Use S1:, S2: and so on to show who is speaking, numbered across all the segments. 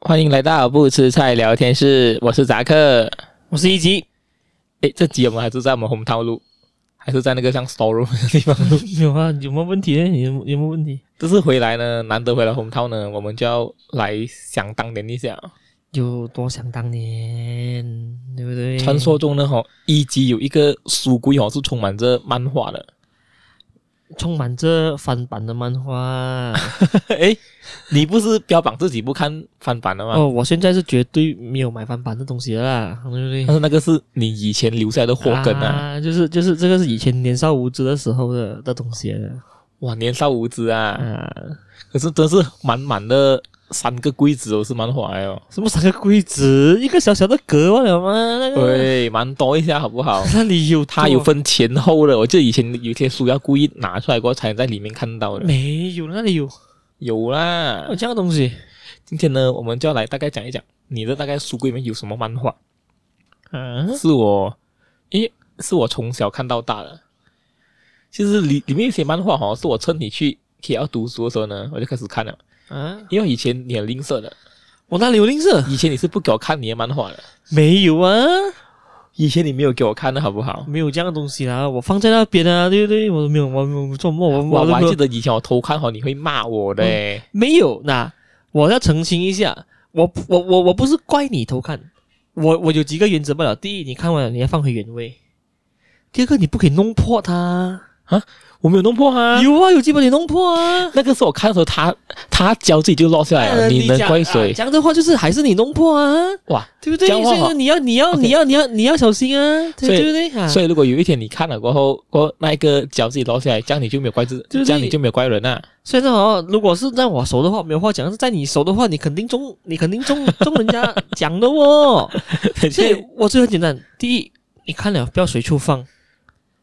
S1: 欢迎来到不吃菜聊天室，我是扎克。
S2: 我是一级，
S1: 诶，这集我们还是在我们红套路，还是在那个像 store room 的地方 录。
S2: 有啊，有没有问题呢？有有没有问题？
S1: 这次回来呢，难得回来红套呢，我们就要来想当年一下。
S2: 有多想当年，对不对？
S1: 传说中呢，哈，一级有一个书柜哦，是充满着漫画的。
S2: 充满着翻版的漫 画。
S1: 诶，你不是标榜自己不看翻版的吗？
S2: 哦，我现在是绝对没有买翻版的东西了啦，对不对
S1: 但？是那个是你以前留下来的祸根啊！
S2: 啊，就是就是这个是以前年少无知的时候的的东西了
S1: 哇，年少无知啊！
S2: 啊。
S1: 可是真是满满的三个柜子都是漫画的哦。
S2: 什么三个柜子，一个小小的格罢了吗？那个
S1: 对，蛮多一下好不 好？
S2: 那里有
S1: 它有分前后的，我记得以前有些书要故意拿出来过才能在里面看到的。
S2: 没有？那里有
S1: 有啦
S2: 有，这样的东西
S1: 今天呢，我们就要来大概讲一讲你的大概书柜里面有什么漫画，
S2: 啊？
S1: 是我，咦，是我从小看到大的。其实里里面有些漫画哈、是我趁你去 KL 读书的时候呢，我就开始看了，
S2: 啊！
S1: 因为以前你很吝啬的，
S2: 我那里有吝啬？
S1: 以前你是不给我看你的漫画的，
S2: 没有啊，
S1: 以前你没有给我看嗯的好不好？
S2: 没有这样的东西啦。我放在那边啊，对不对？我都没有，我我我做梦，我
S1: 哇，
S2: 都
S1: 啊我还
S2: 没有
S1: 记得以前我偷看哈，你会骂我的、欸。
S2: 没有，那我要澄清一下，我我我我不是怪你偷看，我我有几个原则罢了。第一，你看完了你要放回原位；第二个，你不可以弄破它。
S1: 我没有弄破啊。
S2: 有啊，有机把你弄破啊。
S1: 那个时候我看的时候，他他脚自己就落下来了，
S2: 呃
S1: 哎你能
S2: 讲
S1: 怪
S2: 啊
S1: 谁？
S2: 讲的话就是还是你弄破啊，
S1: 哇！
S2: 对不对？
S1: 讲话
S2: 所以
S1: 好
S2: 说你要你要
S1: OK
S2: 你要你要你要小心啊，对
S1: 所以
S2: 对不对？啊
S1: 所以如果有一天你看了过后，过后那一个脚自己落下来，这样你就没有怪自，
S2: 就是
S1: 这样你就没有怪人啊。
S2: 所以说哦，如果是在我熟的话，没有话讲；是在你熟的话，你肯定中，你肯定中中人家讲 的哦。所以我这很简单，第一，你看了不要随处放，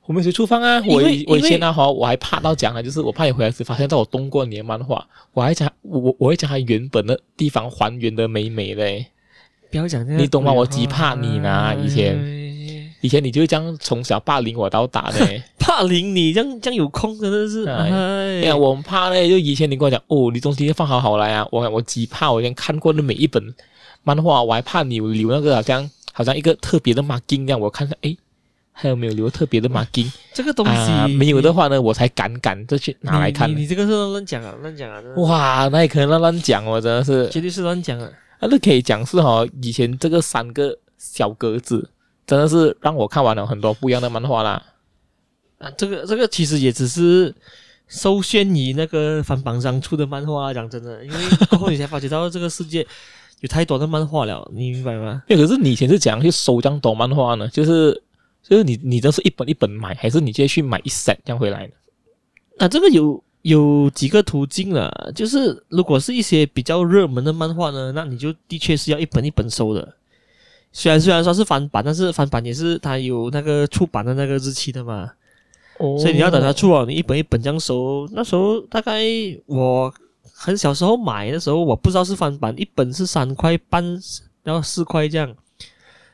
S1: 我没有随处放啊，
S2: 因
S1: 我
S2: 为
S1: 以我以
S2: 因为
S1: 前那哈，我还怕到讲了，就是我怕你回来时发现到我动过你的漫画，我还讲我我我会讲它原本的地方还原的美美嘞。
S2: 不要讲这样。
S1: 你懂吗我极怕你呢以前
S2: 哎
S1: 以前你就是这样从小霸凌我到大嘞，
S2: 怕凌你，这样这样有空真的是。
S1: 哎
S2: 哎
S1: 哎呀，我很怕嘞，就以前你跟我讲哦，你东西放好好来啊，我我极怕，我以前看过的每一本漫画，我还怕你有留那个好像好像一个特别的 marking 一样，我看看诶，还有没有留特别的 marking
S2: 这个东西、
S1: 啊？没有的话呢，我才敢敢再去
S2: 你，
S1: 拿来看
S2: 你。你你这个是乱讲啊，乱讲啊，真的
S1: 哇，那也可能乱乱讲哦，真的是，
S2: 绝对是乱讲啊。
S1: 啊，那可以讲是哦，以前这个三个小格子真的是让我看完了很多不一样的漫画啦。
S2: 啊，这个这个其实也只是受限于那个翻榜商出的漫画啊，讲真的，因为过后你才发觉到这个世界有太多的漫画了，你明白吗？
S1: 对，可是你以前是怎样去收这样多漫画呢？就是就是你你都是一本一本买，还是你直接去买一 set 这样回来的？
S2: 啊，这个有有几个途径了，就是如果是一些比较热门的漫画呢，那你就的确是要一本一本收的。虽然虽然说是翻版，但是翻版也是它有那个出版的那个日期的嘛，
S1: 哦
S2: 所以你要等它出啊了，你一本一本这样收。那时候大概我很小时候买的时候，我不知道是翻版，一本是三块半，然后四块这样，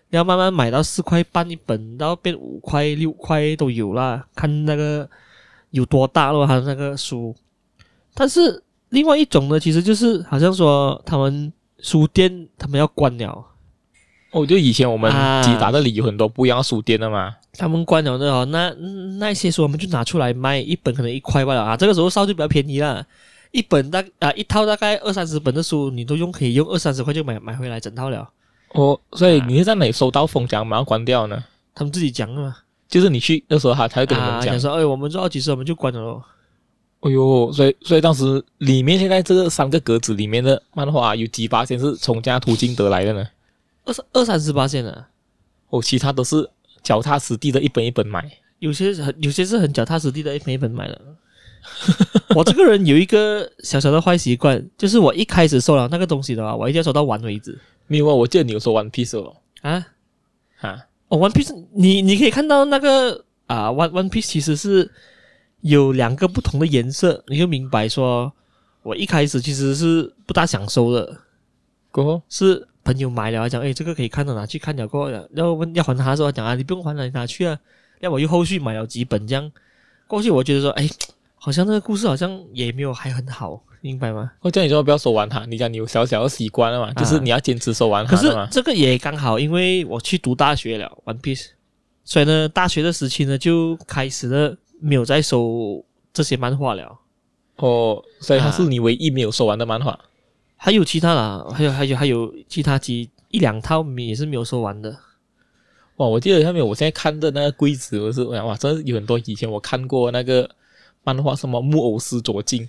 S2: 然后慢慢买到四块半一本，然后变五块、六块都有啦，看那个有多大咯，它的那个书。但是另外一种呢，其实就是好像说他们书店他们要关了。
S1: 哦，就以前我们
S2: 啊
S1: 吉达这里有很多不一样的书店的嘛。
S2: 他们关了的哦，那那些书我们就拿出来卖，一本可能一块罢了啊。这个时候烧就比较便宜啦，一本大啊一套大概二三十本的书，你都用可以用二三十块就买买回来整套了。
S1: 哦，所以你是在哪里收到风讲，马上关掉呢？
S2: 他们自己讲的嘛，
S1: 就是你去那时候他才会跟你们
S2: 啊，
S1: 讲。
S2: 讲说哎，我们做到几十我们就关了咯。
S1: 哎呦，所以所以当时里面现在这个三个格子里面的漫画、有几八先是从家途径得来的呢？
S2: 二三二三十八线啊，
S1: 哦，其他都是脚踏实地的一本一本买。
S2: 有些是很有些是很脚踏实地的一本一本买的。 我这个人有一个小小的坏习惯，就是我一开始收了那个东西的话，我一定要收到完为止
S1: 没有啊，我记得你有说 One Piece 啊哦，
S2: 啊。
S1: 哈，
S2: 哦，One Piece，你你可以看到那个啊，One One Piece 其实是有两个不同的颜色，你就明白说，我一开始其实是不大想收的，
S1: 过后
S2: 是朋友买了讲，哎，这个可以看的拿去看了过后，然后问要还他的时候讲啊，你不用还了，你拿去啊。要我又后续买了几本这样，过去我觉得说，哎，好像那个故事好像也没有还很好，明白吗？
S1: 我叫你说不要手玩它，你讲你有小小的习惯了嘛，就是你要坚持手玩
S2: 啊可
S1: 它
S2: 是
S1: 的嘛。
S2: 这个也刚好，因为我去读大学了，One Piece，所以呢，大学的时期呢就开始了没有再收这些漫画了。
S1: 哦，所以它
S2: 啊
S1: 是你唯一没有收完的漫画。
S2: 还有其他啦，还有还有还有其他几一两套没也是没有收完的。
S1: 哇，我记得下面我现在看的那个柜子，我是哇哇，真的有很多以前我看过那个漫画，什么木偶师左京。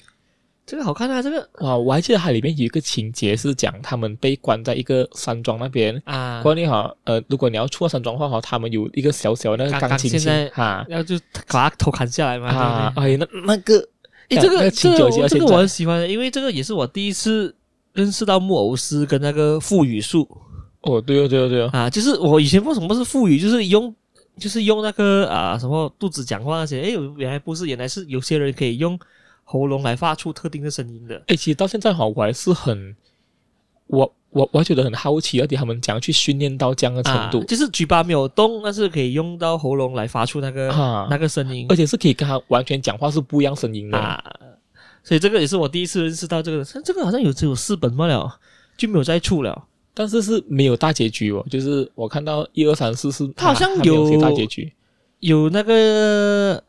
S2: 这个好看啊，这个
S1: 哇，我还记得它里面有一个情节是讲他们被关在一个山庄那边。
S2: 啊，
S1: 关于好，呃，如果你要出到山庄的话，好，他们有一个小小的那个
S2: 刚刚
S1: 钢琴
S2: 现在
S1: 琴哈
S2: 然后就把它头砍下来嘛。
S1: 啊，
S2: 对
S1: 哎，那那个，
S2: 不对诶，这
S1: 那
S2: 个这
S1: 琴酒
S2: 个
S1: 已经
S2: 我
S1: 到
S2: 这
S1: 现
S2: 个
S1: 在
S2: 我很喜欢的，因为这个也是我第一次认识到木偶师跟那个腹语术
S1: 哦，对哦，对哦，对哦，
S2: 啊，就是我以前不知道什么是腹语，就是用就是用那个啊什么肚子讲话那些，诶，原来不是，原来是有些人可以用喉咙来发出特定的声音的。
S1: 哎，其实到现在哈，我还是很，我我我还觉得很好奇，到底他们怎样去训练到这样的程度
S2: 啊、就是嘴巴没有动，但是可以用到喉咙来发出那个、
S1: 啊哎
S2: 那个声音
S1: 而且是可以跟他完全讲话是不一样声音的。
S2: 啊。所以这个也是我第一次认识到这个，但这个好像有只有四本罢了，就没有再出了。
S1: 但是是没有大结局哦，就是我看到一二三四是啊
S2: 它好像
S1: 还没有写
S2: 有
S1: 大结局
S2: 有那个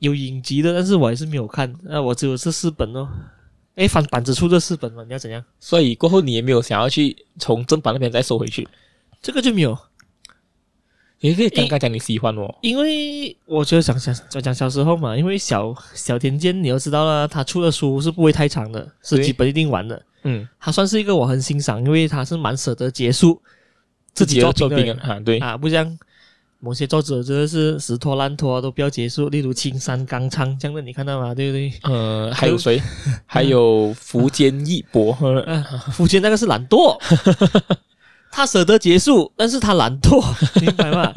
S2: 有影集的，但是我还是没有看。那、我只有这四本哦。诶，反版只出这四本嘛？你要怎样？
S1: 所以过后你也没有想要去从正版那边再收回去。
S2: 这个就没有，
S1: 你可以刚刚讲你喜欢哦，
S2: 因为我就想想就讲小时候嘛，因为小小田间你要知道啦，他出的书是不会太长的，是
S1: 对
S2: 几本一定完的。
S1: 嗯，
S2: 他算是一个我很欣赏，因为他是蛮舍得结束
S1: 自己的
S2: 作
S1: 作品
S2: 的
S1: 啊，对，
S2: 啊，不像某些作者真的是死拖烂拖都不要结束，例如青山刚昌这样的，你看到吗？对不 对？
S1: 呃，还有谁？还有福建一博，
S2: 嗯、福建那个是 懒惰，他舍得结束，但是他懒 惰，明白吗？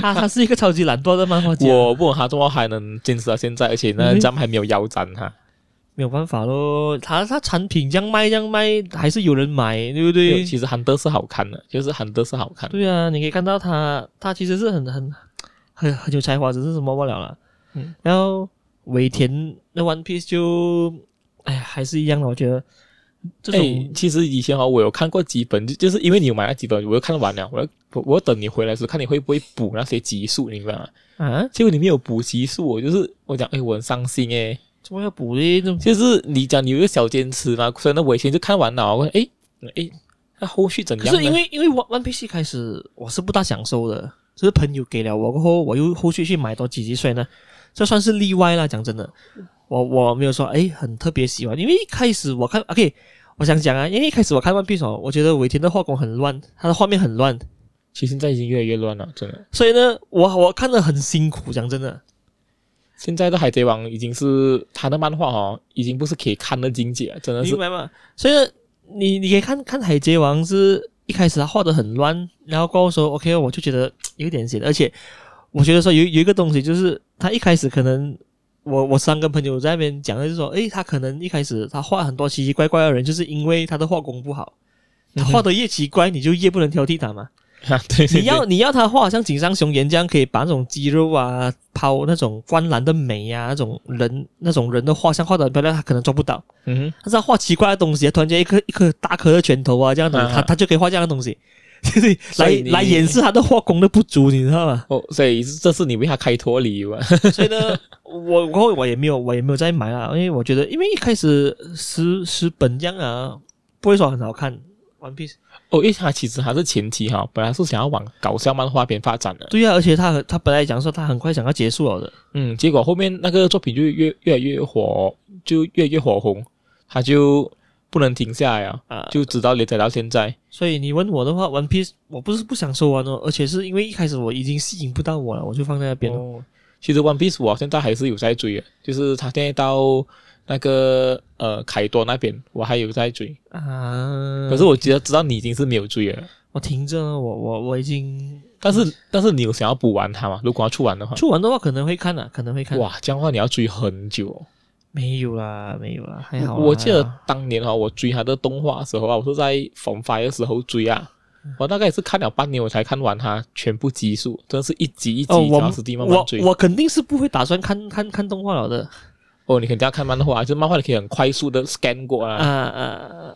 S2: 他他是一个超级懒惰的漫画家，
S1: 我问他怎么还能坚持到现在，而且呢，
S2: 嗯
S1: 咱们还没有腰斩哈，
S2: 没有办法咯，他他产品这样卖这样卖，还是有人买，对不
S1: 因为
S2: 对？
S1: 其实韩德是好看的，就是韩德是好看，
S2: 对啊，你可以看到他，他其实是很很很很有才华，只是什么不了了。
S1: 嗯
S2: 然后尾田那 One Piece 就，哎呀，还是一样的，我觉得这种、
S1: 哎，其实以前哦，我有看过几本，就就是因为你有买那几本，我又看完了，我要我我等你回来的时候，看你会不会补那些集数，你明白吗？
S2: 啊，
S1: 结果你没有补集数，我就是我讲，哎，我很伤心哎。
S2: 怎么要补的？这种
S1: 就是你讲你有一个小坚持嘛，所以那我以前就看完了，我哎哎，那后续怎
S2: 可
S1: 样呢？
S2: 是因为因为 One One Piece 一开始我是不大享受的，只是朋友给了我过后，我又后续去买多几集，所以呢，这算是例外啦。讲真的，我我没有说哎很特别喜欢，因为一开始我看 OK，我想讲啊，因为一开始我看 One Piece 哦，我觉得尾田的画工很乱，他的画面很乱。
S1: 其实现在已经越来越乱了，真的。
S2: 所以呢，我我看得很辛苦，讲真的
S1: 现在的海贼王已经是他的漫画哦，已经不是可以看的境界了，真的
S2: 明
S1: 是。
S2: 白吗？所以呢，你你可以看看《海贼王》是一开始他画的很乱，然后过后说 OK，我就觉得嘖有点闲，而且我觉得说有有一个东西就是他一开始可能。我我三个朋友在那边讲，就是说，诶，他可能一开始他画很多奇奇怪怪的人，就是因为他的画工不好，他画的越奇怪，你就越不能挑剔他嘛。
S1: 啊，对 对对
S2: 你要你要他画好像井上雄彦这样，可以把那种肌肉啊、抛那种观澜的美啊、那种人那种人的画像画的很漂亮，他可能做不到。
S1: 嗯
S2: 但是他画奇怪的东西，突然间一颗一颗大颗的拳头啊，这样子，
S1: 啊
S2: 他他就可以画这样的东西， 就是
S1: 所
S2: 来
S1: 以你？
S2: 来掩饰他的画工的不足，你知道吗
S1: 哦，所以这是你为他开脱的理由啊。
S2: 所以呢，我我我也没有我也没有再买啦，因为我觉得，因为一开始十十本这样啊，不会说很好看。One Piece，
S1: 哦，因为他其实他是前期哈、本来是想要往搞笑漫画边发展的，
S2: 对啊，而且他很他本来讲说他很快想要结束了的，
S1: 嗯，结果后面那个作品就越越来越火，就越来越火红，他就不能停下来啊，
S2: 啊
S1: 就直到连载到现在。
S2: 所以你问我的话，One Piece 我不是不想收完哦，而且是因为一开始我已经吸引不到我了，我就放在那边了。
S1: 哦，其实 One Piece 我啊现在还是有在追的，就是他现在到那个呃凯多那边，我还有在追。
S2: 啊，
S1: 可是我觉得知道你已经是没有追了，
S2: 我停着了，我我我已经
S1: 但是但是你有想要补完它吗？如果要出完的话，
S2: 出完的话可能会看啊，可能会看。
S1: 哇，这样的话你要追很久、哦。
S2: 没有啦，没有啦，还好啦。
S1: 我记
S2: 还好
S1: 得当年哦，我追他的动画的时候啊，我是在 From Fire 的时候追啊。我大概也是看了半年，我才看完它全部集数，真的是一集一集，
S2: 哦，我
S1: 然后实地慢慢追。
S2: 我我肯定是不会打算看看看动画了的。
S1: 哦，你肯定要看漫画，就是漫画你可以很快速的 scan 过
S2: 啊
S1: 啊。
S2: 啊啊！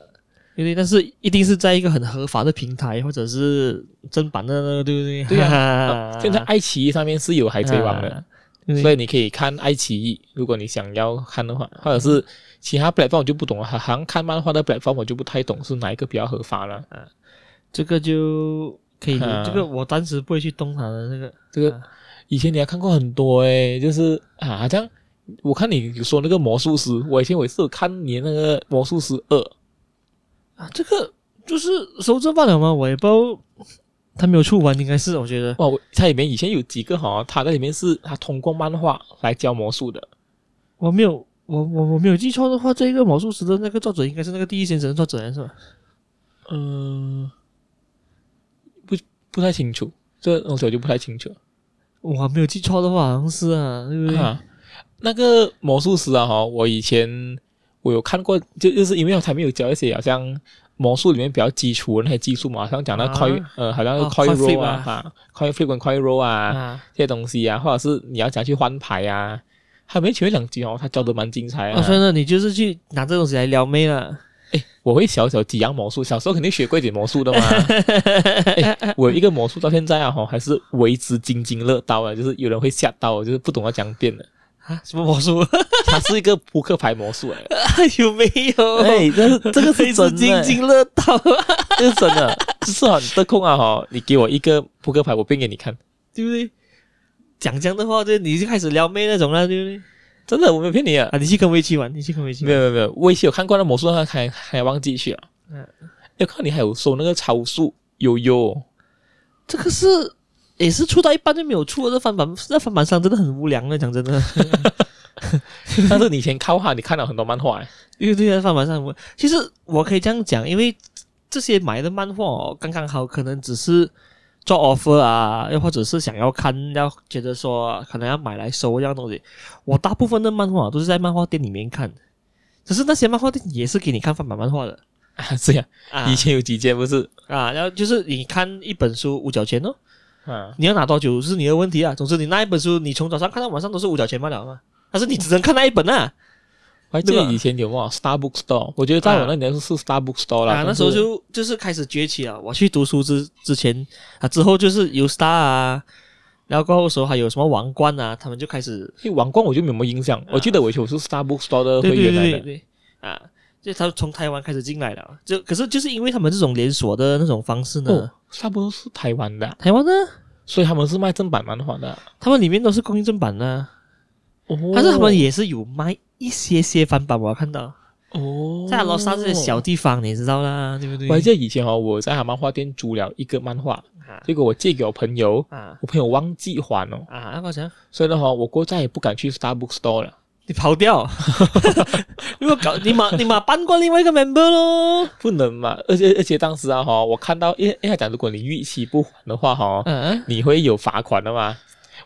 S2: 对对，但是一定是在一个很合法的平台或者是正版的那个，对不对？
S1: 对哦
S2: 啊
S1: 现在爱奇艺上面是有海贼王的，
S2: 啊对不
S1: 所
S2: 对
S1: 以你可以看爱奇艺，如果你想要看的话，或者是其他 platform 我就不懂了，好像看漫画的 platform 我就不太懂是哪一个比较合法了。
S2: 这个就可以理，
S1: 啊
S2: 这个我当时不会去动它的那个。
S1: 这个
S2: 啊
S1: 以前你还看过很多诶、就是啊，好像我看你说那个魔术师，我以前我也是有看你那个魔术师二，
S2: 啊，这个就是收正版了吗？我也不知道，他没有出完，应该是我觉得
S1: 哇，我它里面以前有几个哈，它在里面是它通过漫画来教魔术的，
S2: 我没有，我我我没有记错的话，这个魔术师的那个作者应该是那个第一先生的作者是吧？
S1: 嗯、不不太清楚，这东西我就不太清楚了。
S2: 我没有记错的话，好像是啊，对不对？
S1: 啊，那个魔术师啊，哈，我以前我有看过，就就是因为他们有教一些好像魔术里面比较基础的那些技术嘛，好像讲到
S2: 啊
S1: coin，、呃，好像是
S2: 哦
S1: coin
S2: coin flip
S1: roll 啊，
S2: 啊
S1: 啊 coin flip 跟 coin roll 啊，
S2: 啊，
S1: 这些东西啊，或者是你要怎样去换牌啊，他们前面两集哦，他教的蛮精彩啊。
S2: 啊所以呢，你就是去拿这东西来撩妹了。
S1: 我会小小几样魔术，小时候肯定学过一点魔 术的嘛。哎我有一个魔术到现在啊，哈，还是为之津津乐道啊，就是有人会吓到我，就是不懂要讲变的。
S2: 啊，什么魔术？
S1: 它是一个扑克牌魔术哎、
S2: 有没 有？
S1: 哎，这是这个是
S2: 黑是
S1: 真
S2: 津
S1: 的，
S2: 津乐道啊，
S1: 这是真的，就是很得空啊哈！你给我一个扑克牌，我变给你看，
S2: 对不对？讲这样的话，就你就开始撩妹那种了，对不对？
S1: 真的，我没有骗你啊！
S2: 啊，你去跟围棋玩，你去跟围棋
S1: 没
S2: 玩。
S1: 有没有没有，我以前有看过那魔术，但还还忘记去了。嗯
S2: 嗯，
S1: 要看你还有收那个超速悠悠，
S2: 这个是也是出到一半就没有出了，这翻版这翻版商真的很无良的，讲真的。
S1: 但是你以前靠哈，你看了很多漫画、哎
S2: 对对啊，翻版上我其实我可以这样讲，因为这些买的漫画哦，刚刚好，可能只是做 offer 啊，又或者是想要看，要觉得说可能要买来收这样东西。我大部分的漫画都是在漫画店里面看，只是那些漫画店也是给你看翻版漫画的
S1: 啊，这样、
S2: 啊
S1: 以前有几件不是？
S2: 啊，然后就是你看一本书五角钱哦，
S1: 啊，
S2: 你要拿多久是你的问题啊。总之你那一本书，你从早上看到晚上都是五角钱罢了嘛，但是你只能看那一本啊。
S1: 我还记得
S2: 对吧
S1: 以前有嘛 Starbucks Store，我觉得在我那年代是 Starbucks Store 啦，
S2: 啊，那
S1: 但
S2: 时
S1: 是
S2: 候就就是开始崛起了。我去读书之之前啊，之后就是有 Star 啊，然后过后的时候还有什么王冠啊，他们就开始
S1: 因为王冠我就没有什么印象，我记得我以前我是 Starbucks Store 的
S2: 啊对
S1: 会
S2: 对
S1: 员来的。
S2: 对对对啊，就他们从台湾开始进来了。就可是就是因为他们这种连锁的那种方式呢，
S1: 哦，差不多是台湾的啊、
S2: 台湾呢，
S1: 所以他们是卖正版漫画的啊。
S2: 他们里面都是供应正版的啊，
S1: 哦，
S2: 但是他们也是有卖一些些翻版，我有看到
S1: 哦，
S2: 在罗莎这些小地方，你知道啦，对不对？
S1: 我还记得以前哦，我在他漫画店租了一个漫画，
S2: 啊
S1: 结果我借给我朋友，
S2: 啊
S1: 我朋友忘记还哦，
S2: 啊，我讲
S1: 所以呢哈、我过后再也不敢去 Starbucks Store 了。
S2: 你跑掉， 如果搞你马你马搬过另外一个 member 咯。
S1: 不能嘛，而且而且当时啊哈，我看到因为因为他讲，如果你逾期不还的话哈，
S2: 嗯，
S1: 你会有罚款的嘛。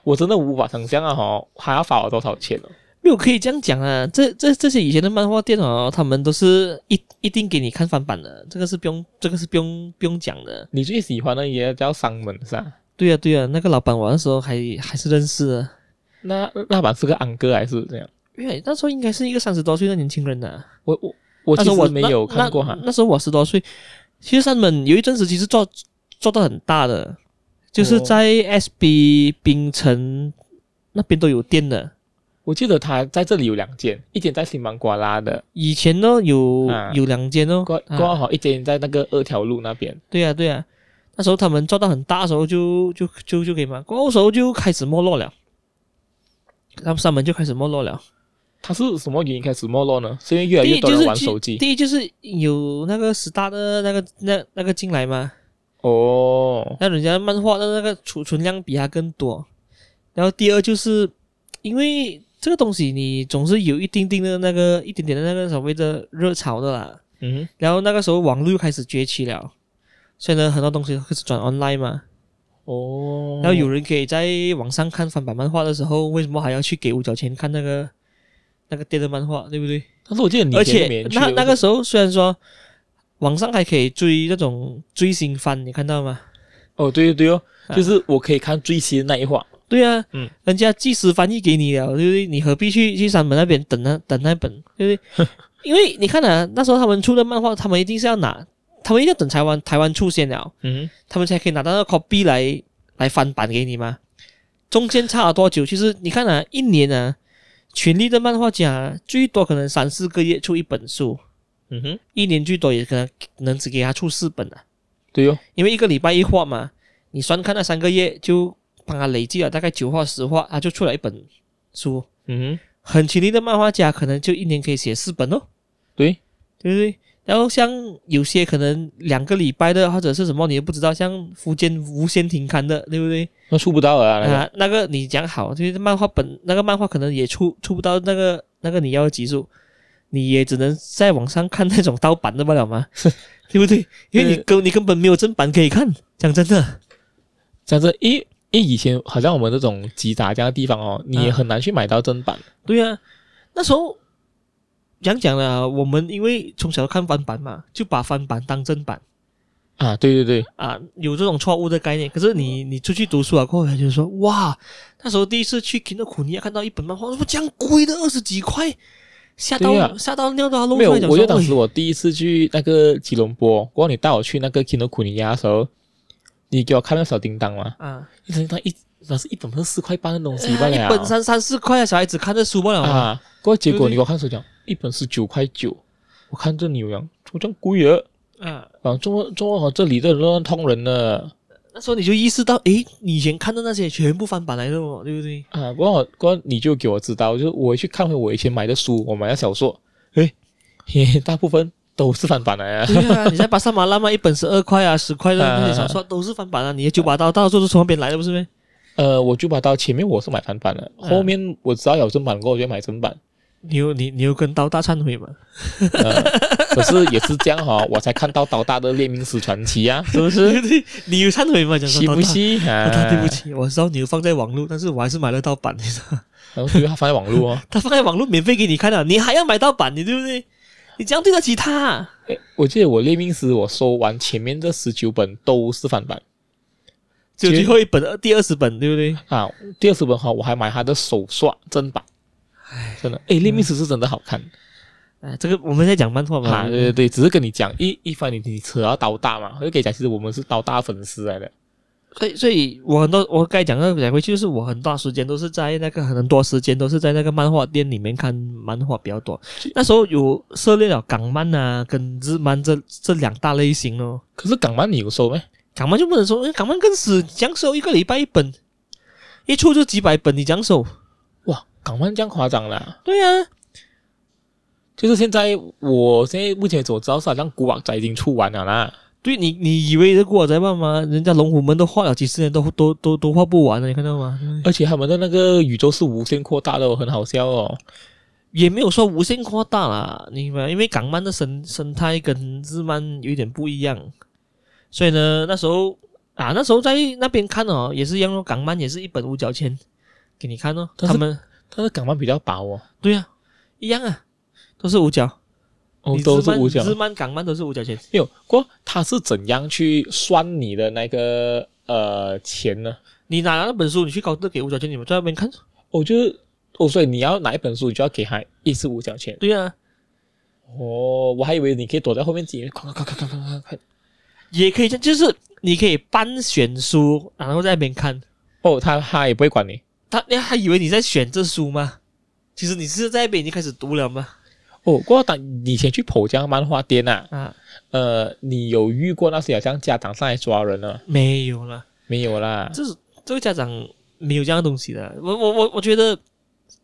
S1: 我真的无法想象啊哈，还要罚我多少钱哦。
S2: 没有可以这样讲啊，这这这些以前的漫画店哦，他们都是一一定给你看翻版的，这个是不用这个是不用不用讲的。
S1: 你最喜欢的也叫商门是吧？
S2: 对呀、啊对呀、那个老板我那时候还还是认识的，
S1: 那那版是个安哥还是怎样？
S2: 因为那时候应该是一个三十多岁的年轻人呐、
S1: 我我我
S2: 那
S1: 其
S2: 时候
S1: 实
S2: 我
S1: 没有看过
S2: 那
S1: 哈
S2: 那。那时候我十多岁，其实山本有一阵时其实做做到很大的，就是
S1: 哦
S2: 在 SB 冰城那边都有店的。
S1: 我记得他在这里有两间，一间在新芒瓜拉的，
S2: 以前呢有、
S1: 啊
S2: 有两间哦，
S1: 过
S2: 啊
S1: 过后好一间在那个二条路那边。
S2: 对呀、对呀、那时候他们做到很大的时候就就就就可以嘛，过后时候就开始没落了，他们三门就开始没落了。
S1: 他是什么原因开始没落呢？是因为越来
S2: 第
S1: 越
S2: 一
S1: 多
S2: 就
S1: 人
S2: 是
S1: 玩
S2: 去
S1: 手机
S2: 第一就是有那个十大的那个那那个进来嘛，
S1: 哦，
S2: 那人家漫画的那个储存量比它更多。然后第二就是因为这个东西你总是有一定定的那个一点点的那个所谓的热潮的啦，
S1: 嗯，
S2: 然后那个时候网络又开始崛起了，所以呢很多东西都开始转 online 嘛。
S1: 哦，
S2: 然后有人可以在网上看翻版漫画的时候，为什么还要去给五角钱看那个那个店的漫画，对不对？
S1: 但是我记得你
S2: 而
S1: 以前都没
S2: 且
S1: 人去
S2: 那那个时候虽然说网上还可以追那种追星番，你看到吗？
S1: 哦，对对对哦，
S2: 啊
S1: 就是我可以看最新的那一话，
S2: 对啊，
S1: 嗯，
S2: 人家即时翻译给你了，对不对？你何必去去山本那边等啊？等那本，对不对？ 因为你看啊，那时候他们出的漫画，他们一定是要拿，他们一定要等台湾台湾出现了，
S1: 嗯，
S2: 他们才可以拿到那个 copy 来来翻版给你嘛。中间差了多久？其实你看啊，一年啊，权力的漫画家啊最多可能三四个月出一本书，
S1: 嗯哼，
S2: 一年最多也可能能只给他出四本啊。
S1: 对哦，
S2: 因为一个礼拜一画嘛，你算看那三个月就帮他累计了大概九画十画，他就出了一本书。
S1: 嗯哼，
S2: 很勤力的漫画家可能就一年可以写四本哦，
S1: 对，
S2: 对不对？然后像有些可能两个礼拜的或者是什么你也不知道，像福建无限停刊的，对不对？
S1: 那出不到了啊那个，
S2: 啊，那个你讲好，就是漫画本那个漫画可能也出出不到那个那个你要的集数，你也只能在网上看那种盗版的不了 吗？对不对？因为你根你根本没有正版可以看，讲真的。
S1: 像这因为因为以前好像我们这种集杂这样的地方哦，
S2: 嗯
S1: 你也很难去买到正版。
S2: 对啊，那时候讲讲了，我们因为从小看翻版嘛，就把翻版当正版
S1: 啊，对对对，
S2: 啊，有这种错误的概念。可是你你出去读书啊，过后就说哇，那时候第一次去 Kindle 苦尼啊亚看到一本漫画，我这样贵的二十几块，吓到、
S1: 对啊
S2: 吓到尿都要漏
S1: 没
S2: 出
S1: 有
S2: 来。讲，
S1: 我
S2: 说
S1: 就当时
S2: 喂
S1: 我第一次去那个吉隆坡，过后你带我去那个 k i n o k u n i a 的时候，你给我看那小叮当嘛，
S2: 啊，
S1: 一小叮当一那是一本是四块半的东西罢
S2: 啊
S1: 了，
S2: 一本三三四块啊，小孩子看的书不了嘛
S1: 啊，过后结
S2: 对不
S1: 果
S2: 对
S1: 你给我看手讲一本是九块九，我看这牛羊怎么这样贵啊？
S2: 啊
S1: 啊，中国中国好像这里的乱通人呢
S2: 那时候你就意识到，诶，你以前看的那些全部翻版来的哦，对不 对？
S1: 啊，过后过后你就给我知道，就是我去看回我以前买的书，我买的小说，诶，嘿嘿大部分都是翻版来啊。
S2: 对啊，你在巴塞马拉嘛，一本十二块啊，十块 的那些小说都是翻版啊，你的九把刀到处都是从那边来的，不是咩？
S1: 呃，我就把到前面我是买翻版的，
S2: 嗯
S1: 后面我知道有正版过，我就买正版。
S2: 你有你你有跟刀大忏悔吗？
S1: 呃， 可是也是这样哈、我才看到刀大的《列明史传奇》 啊，是不 是？
S2: 对对，你有忏悔吗？讲说
S1: 稀不稀
S2: 刀大刀
S1: 啊？
S2: 大哦对不起，我知道你有放在网络，但是我还是买了盗版， 你知道吗，
S1: 然后就把它放在网络哦。
S2: 他放在网络免费给你看了，你还要买盗版，你对不对？你这样对得起他啊？
S1: 诶我记得我《列明史》我收完前面这十九本都是翻版
S2: 就
S1: 其实
S2: 最后一本呃第二十本，对不对？
S1: 啊，第二十本哈、我还买他的手刷正版。真的，诶，《列明史》是真的好看
S2: 哎，这个我们在讲漫画嘛，
S1: 啊！对对对，只是跟你讲，一一番你你扯到刀大嘛，我就跟你讲，其实我们是刀大粉丝来的。
S2: 所以，所以我很多我该讲的讲回去，就是我很大时间都是在那个很多时间都是在那个漫画店里面看漫画比较多。那时候有涉猎了港漫啊跟日漫这这两大类型哦。
S1: 可是港漫你有收咩？
S2: 港漫就不能说，因为港漫更死，讲收一个礼拜一本，一出就几百本，你讲收？
S1: 哇，港漫这样夸张啦、
S2: 对啊，
S1: 就是现在，我现在目前所知道是好像古惑仔已经出完了啦。
S2: 对你你以为这古惑仔漫吗？人家龙虎门都画了几十年都都都都画不完啊了，你看到吗？对不对
S1: 而且他们的那个宇宙是无限扩大的、哦，很好笑哦。
S2: 也没有说无限扩大啦，你明白？因为港漫的生生态跟日漫有点不一样，所以呢，那时候啊，那时候在那边看哦，也是一样哦，港漫也是一本五角钱给你看哦，
S1: 但
S2: 他
S1: 是
S2: 们
S1: 但是港漫比较薄哦，
S2: 对啊，一样啊，都是五角，
S1: 哦
S2: 你，
S1: 都
S2: 日
S1: 是
S2: 漫
S1: 五角。
S2: 日漫、港漫都是五角钱。
S1: 没有，过后他是怎样去算你的那个呃钱呢？
S2: 你拿了那本书，你去搞这给五角钱，你们在那边看，
S1: 哦，就是哦，所以你要哪一本书，你就要给他一次五角钱。
S2: 对啊，
S1: 哦，我还以为你可以躲在后面自己快快快快快快快。
S2: 也可以这样，就是你可以班选书，然后在那边看。
S1: 哦，他他也不会管你。
S2: 他哎他还以为你在选这书吗？其实你是在那边已经开始读了吗？
S1: 哦，过后当你以前去浦江漫画店啊，
S2: 啊，
S1: 呃，你有遇过那些好像家长上来抓人啊了
S2: 没有了，
S1: 没有啦？
S2: 这是这个家长没有这样的东西的。我我我我觉得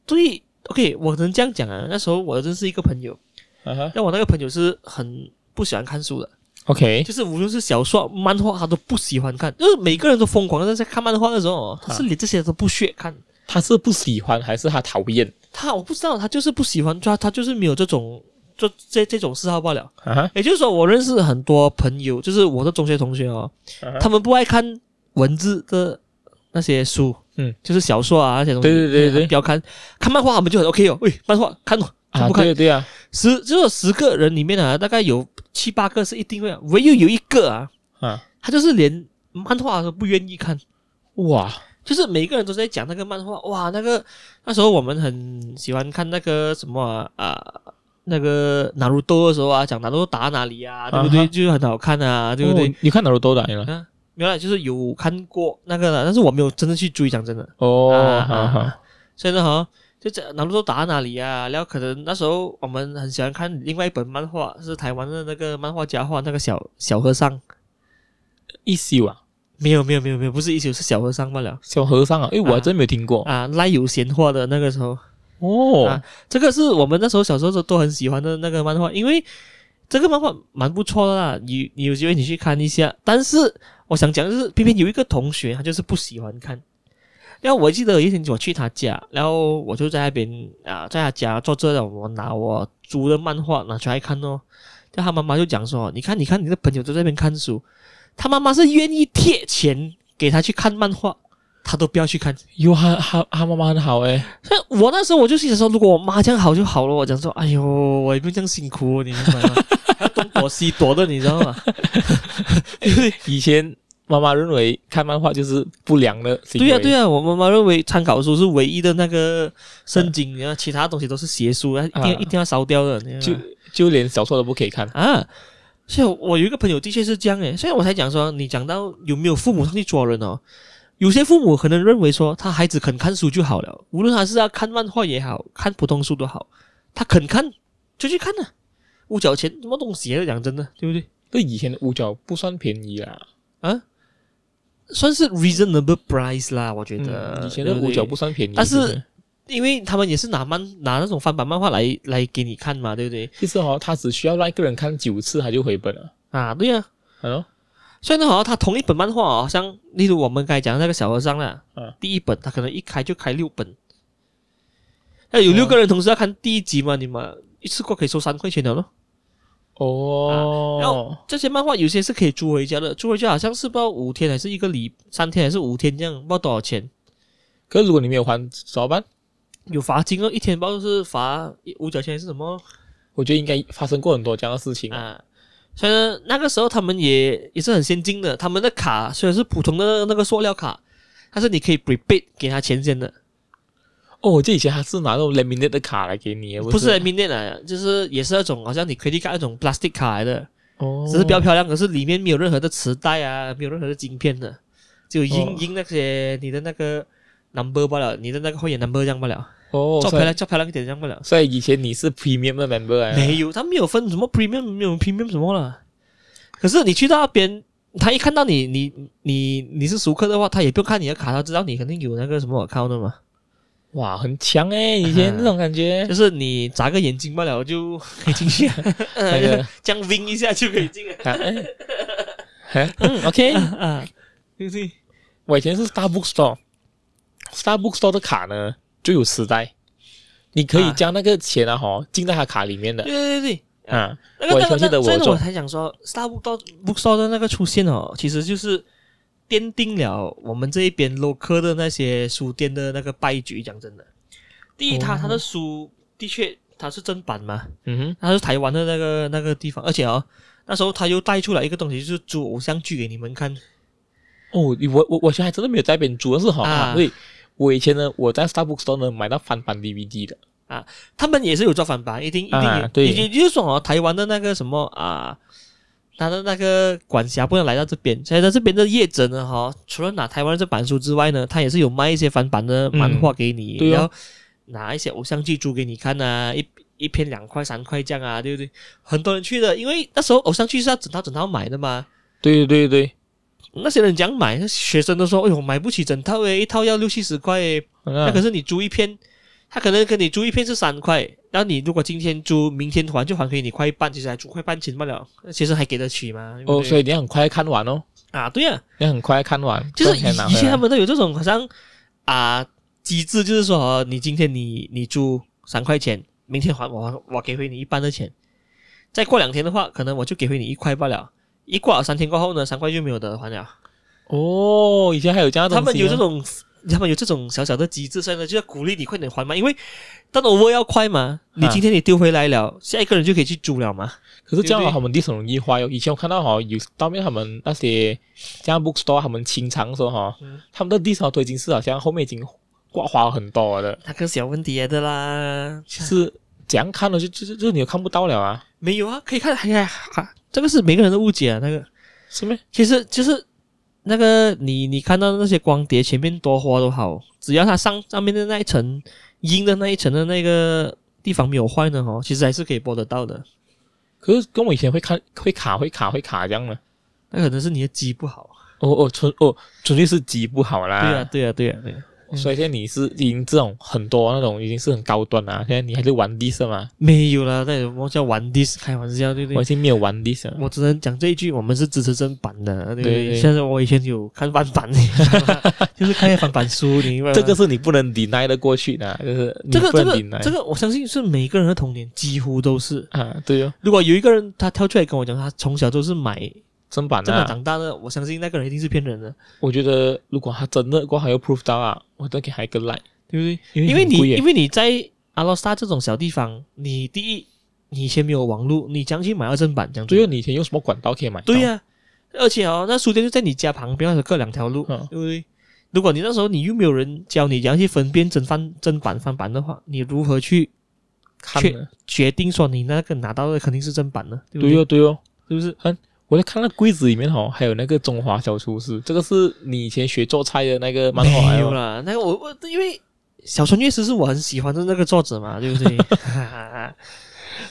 S2: 对，OK，我能这样讲啊。那时候我认识一个朋友，
S1: 啊哈
S2: 但我那个朋友是很不喜欢看书的，
S1: ，OK，
S2: 就是无论是小说、漫画，他都不喜欢看。就是每个人都疯狂的在看漫画的时候哦，他是连这些都不屑看。
S1: 他是不喜欢还是他讨厌
S2: 他我不知道，他就是不喜欢他，他就是没有这种这这这种嗜好罢了。
S1: 啊哈？
S2: 也就是说，我认识很多朋友，就是我的中学同学哦，
S1: 嗯
S2: 他们不爱看文字的那些书，
S1: 嗯，
S2: 就是小说啊那些东西，
S1: 对对对对对
S2: 不要看，看漫画他们就很 OK 哦，喂，漫画看哦，全
S1: 啊，
S2: 部看，
S1: 对对啊，
S2: 十就是十个人里面啊，大概有七八个是一定会啊，唯有有一个啊，
S1: 啊，
S2: 他就是连漫画都不愿意看，
S1: 哇，
S2: 就是每个人都在讲那个漫画，哇，那个那时候我们很喜欢看那个什么啊、呃那个哪路多的时候啊，讲哪路打哪里啊，对不对？
S1: 啊哈
S2: 就是很好看啊，对不对？
S1: 哦你看哪儿都打你了。
S2: 啊，没有啦，就是有看过那个了，但是我没有真的去追，讲真的。
S1: 哦
S2: 啊，
S1: 好好，
S2: 所以呢，哈，就这哪路都打哪里啊。然后可能那时候我们很喜欢看另外一本漫画，是台湾的那个漫画家画那个小小和尚。
S1: 一休啊，
S2: 没有没有没有没有，不是一宿是小和尚罢了
S1: 小和尚啊，哎，我还
S2: 啊
S1: 真没有听过。
S2: 啊，赖有闲话的那个时候，
S1: 哦
S2: 啊，这个是我们那时候小时候都都很喜欢的那个漫画，因为这个漫画蛮不错的啦，你你有机会你去看一下。但是我想讲的是，偏偏有一个同学他就是不喜欢看。然后我记得有一天我去他家，然后我就在那边啊，在他家坐着了，我拿我租的漫画拿出来看哦。就他妈妈就讲说：“你看，你看，你的朋友都在那边看书，他妈妈是愿意贴钱给他去看漫画，他都不要去看。”
S1: 哟，他啊他他妈妈很好哎，
S2: 所以我那时候我就心想说，如果我妈这样好就好了。我讲说，哎呦，我也不用这样辛苦、哦你明白 吗？还要东躲西躲的，你知道吗？
S1: 以前妈妈认为看漫画就是不良的行
S2: 对啊
S1: 为。
S2: 呀、对呀、我妈妈认为参考书是唯一的那个圣经，然后其他东西都是邪书，一定要、
S1: 啊
S2: 一定要烧掉的。你知
S1: 就
S2: 道吗
S1: 就连小说都不可以看。
S2: 啊，所以我有一个朋友的确是这样诶，所以我才讲说，你讲到有没有父母上去抓人哦？有些父母可能认为说，他孩子肯看书就好了，无论他是要看漫画也好看普通书都好，他肯看就去看呐、啊，五角钱什么东西啊？讲真的，对不对？
S1: 那以前的五角不算便宜啦，
S2: 啊，算是 reasonable price 啦，我觉得。
S1: 嗯以前
S2: 对
S1: 的
S2: 不
S1: 五
S2: 对
S1: 角不算便宜。
S2: 但是
S1: 真的
S2: 因为他们也是拿漫拿那种翻版漫画来来给你看嘛，对不对？
S1: 其实哦，他只需要让一个人看九次，他就回本了。
S2: 啊，对呀、
S1: 嗯，
S2: 所以呢，好像他同一本漫画哦，好像例如我们刚才讲的那个小和尚啦，
S1: 嗯
S2: 第一本他可能一开就开六本，那有六个人同时要看第一集嘛，你们一次过可以收三块钱的咯。
S1: 哦，
S2: 啊然后这些漫画有些是可以租回家的，租回家好像是不知道五天还是一个礼三天还是五天这样，不知道多少钱，
S1: 可是如果你没有还怎么办？
S2: 有罚金哦，一天不知道是罚一五角钱还是什么
S1: 我觉得应该发生过很多这样的事情。
S2: 啊。所以呢，那个时候他们也也是很先进的，他们的卡虽然是普通的那个塑料卡，但是你可以 prepaid 给他钱先的。
S1: 哦，我记得以前他是拿那种 laminate 的卡来给你，
S2: 不
S1: 是
S2: 是 m i n i 啊，就是也是那种好像你 credit card 那种 plastic 卡来的，
S1: 哦，
S2: 只是比较漂亮，可是里面没有任何的磁带啊，没有任何的晶片的，只有印
S1: 哦
S2: 印那些你的那个 number 罢了，你的那个会员 number 这样罢了，
S1: 哦，
S2: 照
S1: 所
S2: 漂
S1: 以哎
S2: 亮照漂亮一点这样罢了。
S1: 所以以前你是 premium 的 member 啊来的
S2: 没有，他没有分什么 premium，没有 premium 什么了。可是你去到那边，他一看到你，你你你是熟客的话，他也不用看你的卡，他知道你肯定有那个什么 account 的嘛，
S1: 哇，很强哎，以前那种感觉
S2: 就。是你眨个眼睛罢了就可以进去，
S1: 那个
S2: 这样 wing 一下就可以进了。
S1: 啊哎哎嗯，OK，
S2: 啊，对不对？
S1: 我以前是 Starbucks store，Starbucks store 的卡呢就有磁带，你可以
S2: 啊
S1: 将那个钱啊哈进到他卡里面的
S2: 对对对对，
S1: 啊。
S2: 那个
S1: 我
S2: 那
S1: 相
S2: 个
S1: 信
S2: 那
S1: 的
S2: 个，
S1: 我
S2: 所以呢
S1: 做
S2: 我才想说，Starbucks bookstore 的那个出现哦，其实就是奠定了我们这一边 local 的那些书店的那个败局。讲真的，第一，它
S1: 哦
S2: 它的书的确它是正版嘛，
S1: 嗯
S2: 它是台湾的那个那个地方，而且哦，那时候他又带出来一个东西，就是租偶像剧给你们看。
S1: 哼，哦，我我我以前还真的没有在边主要是哈、
S2: 啊
S1: 所以我以前呢我在 Starbucks store 呢买到翻版 DVD 的，
S2: 他们也是有做反版，一定一定有，
S1: 啊对
S2: 也也就是说哦，台湾的那个什么啊，他的那个管辖不能来到这边，所以在这边的业者呢，哈、除了拿台湾这版书之外呢，他也是有卖一些翻版的漫画给
S1: 嗯
S2: 你，
S1: 对哦
S2: 然后拿一些偶像剧租给你看啊，一一篇两块三块这样啊，对不对？很多人去的，因为那时候偶像剧是要整套整套买的嘛，
S1: 对对对对，
S2: 那些人讲买，学生都说，哎呦，买不起整套诶，一套要六七十块诶，
S1: 那
S2: 那可是你租一片，他可能跟你租一片是三块，然后你如果今天租，明天还就还给你快一半，其实还租快半钱不了，其实还给得起嘛。对不
S1: 哦，
S2: 对
S1: 所以你要很快看完哦，
S2: 啊，对啊，
S1: 你要很快看完，
S2: 就是
S1: 不然才拿
S2: 以
S1: 回
S2: 以
S1: 来
S2: 前他们都有这种好像啊机制，就是说、哦、你今天你你租三块钱，明天还我还我给回你一半的钱，再过两天的话，可能我就给回你一块罢了。一过了三天过后呢，三块就没有得还了。
S1: 哦，以前还有这样的
S2: 他
S1: 东西啊
S2: 们有这种他们有这种小小的机制，所以呢就要鼓励你快点还嘛，因为 turnover 要快嘛，你
S1: 啊
S2: 今天你丢回来了，下一个人就可以去租了嘛。
S1: 可是这样的
S2: 对对
S1: 话，他们地很容易坏哦。以前我看到哈，有当面他们那些像 bookstore 他们清仓的时候哈，
S2: 嗯
S1: 他们的地上都已经是好像后面已经挂花很多了的，
S2: 那个小问题来的啦，
S1: 就是怎样看呢？就就就就你又看不到了啊，
S2: 没有啊，可以看，哎呀，啊这个是每个人的误解啊，那个
S1: 是没？
S2: 其实就是那个你你看到那些光碟前面多花都好，只要它上上面的那一层阴的那一层的那个地方没有坏呢，哦，其实还是可以播得到的。
S1: 可是跟我以前会看会卡会卡会卡这样的。
S2: 那可能是你的机不好。
S1: 哦哦，纯哦纯粹是机不好啦。
S2: 对啊，对啊，对啊，对啊。
S1: 所以现在你是已经这种很多那种已经是很高端啦，现在你还是玩 dis 嘛？
S2: 没有啦，那我叫玩 dis 开玩笑，对不
S1: 我已
S2: 对？
S1: 经没有玩 dis 了。
S2: 我只能讲这一句，我们是支持正版的，对不
S1: 对
S2: 对？
S1: 对
S2: 像是我以前有看翻版，你知道 吗就是看翻版书，你明白吗？
S1: 这个是你不能 deny 的过去的，啊就是你
S2: 啊这个
S1: 不
S2: 这
S1: 能
S2: 个
S1: deny
S2: 这个，我相信是每个人的童年几乎都是。
S1: 啊，对哦，
S2: 如果有一个人他跳出来跟我讲，他从小都是买
S1: 正版
S2: 正版
S1: 啊。
S2: 长大的，我相信那个人一定是骗人的，
S1: 我觉得如果他真的过还有 proof 到啊，我都给他一个 like，
S2: 对不
S1: 因为
S2: 对？因为
S1: 很
S2: 你
S1: 贵耶
S2: 因为你在阿拉斯加这种小地方，你第一你以前没有网络，你将去买到正版，讲真
S1: 最
S2: 的
S1: 后哦你以前用什么管道可以买到？
S2: 对啊呀、而且哦，那书店就在你家旁边，各两条路，
S1: 嗯
S2: 对不对？如果你那时候你又没有人教你怎样去分辨真翻真版翻版的话，你如何去
S1: 看
S2: 确
S1: 了，
S2: 决定说你那个拿到的肯定是正版呢？对不啊
S1: 对哦对哦。
S2: 是不是？
S1: 我在看那柜子里面哦，还有那个中华小厨师，这个是你以前学做菜的那个漫画来
S2: 没有
S1: 哦。
S2: 啦，那个我我因为小川月司是我很喜欢的那个作者嘛，对不 对？哈哈哈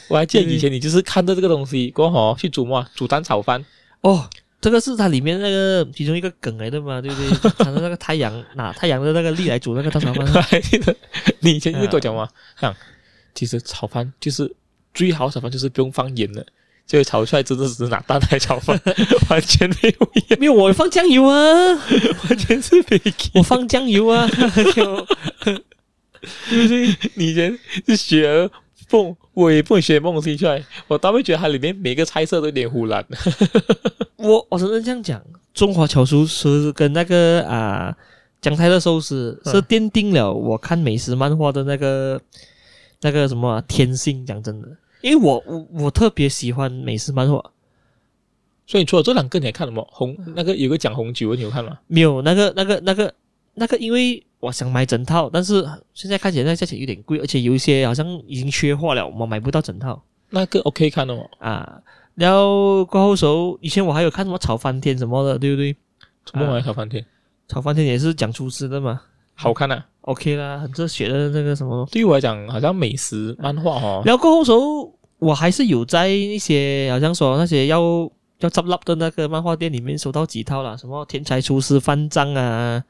S1: 我还记得
S2: 对
S1: 以前你就是看着这个东西过后哦去煮嘛，煮蛋炒饭。
S2: 哦，这个是它里面那个其中一个梗来的嘛，对不对？ 它的那个太阳拿太阳的那个力来煮那个大肠饭，
S1: 还记得你以前就是跟我讲嘛，像其实炒饭就是最好炒饭就是不用放盐的，所以炒出来真的只是拿蛋来炒饭，完全没有盐，
S2: 没有我放酱油啊。
S1: 完全是 b a
S2: 我放酱油啊， 就
S1: 对不对？你以前是学而蹦，我也不会学蹦西出来，我倒会觉得它里面每个菜色都有点胡乱。
S2: 我我只能这样讲，中华巧厨师跟那个啊江太的寿司
S1: 嗯
S2: 是奠定了我看美食漫画的那个那个什么啊、天性。讲真的，因为我我我特别喜欢美食漫画，
S1: 所以除了这两个，你还看什么红？那个有个讲红酒，你有看吗？
S2: 没有那个那个那个那个，因为我想买整套，但是现在看起来那价钱有点贵，而且有一些好像已经缺货了，我买不到整套
S1: 那个 OK 看的哦，
S2: 啊。然后过后时候，以前我还有看什么炒翻天什么的，对不对？
S1: 怎么玩小翻天？
S2: 炒饭店也是讲厨师的嘛
S1: 好看啊！
S2: ，OK 啦，很热血的那个什么。
S1: 对于我来讲，好像美食漫画哦，
S2: 然后过后时候，我还是有在一些好像说那些要要 j 立的那个漫画店里面收到几套啦，什么天才厨师翻章啊，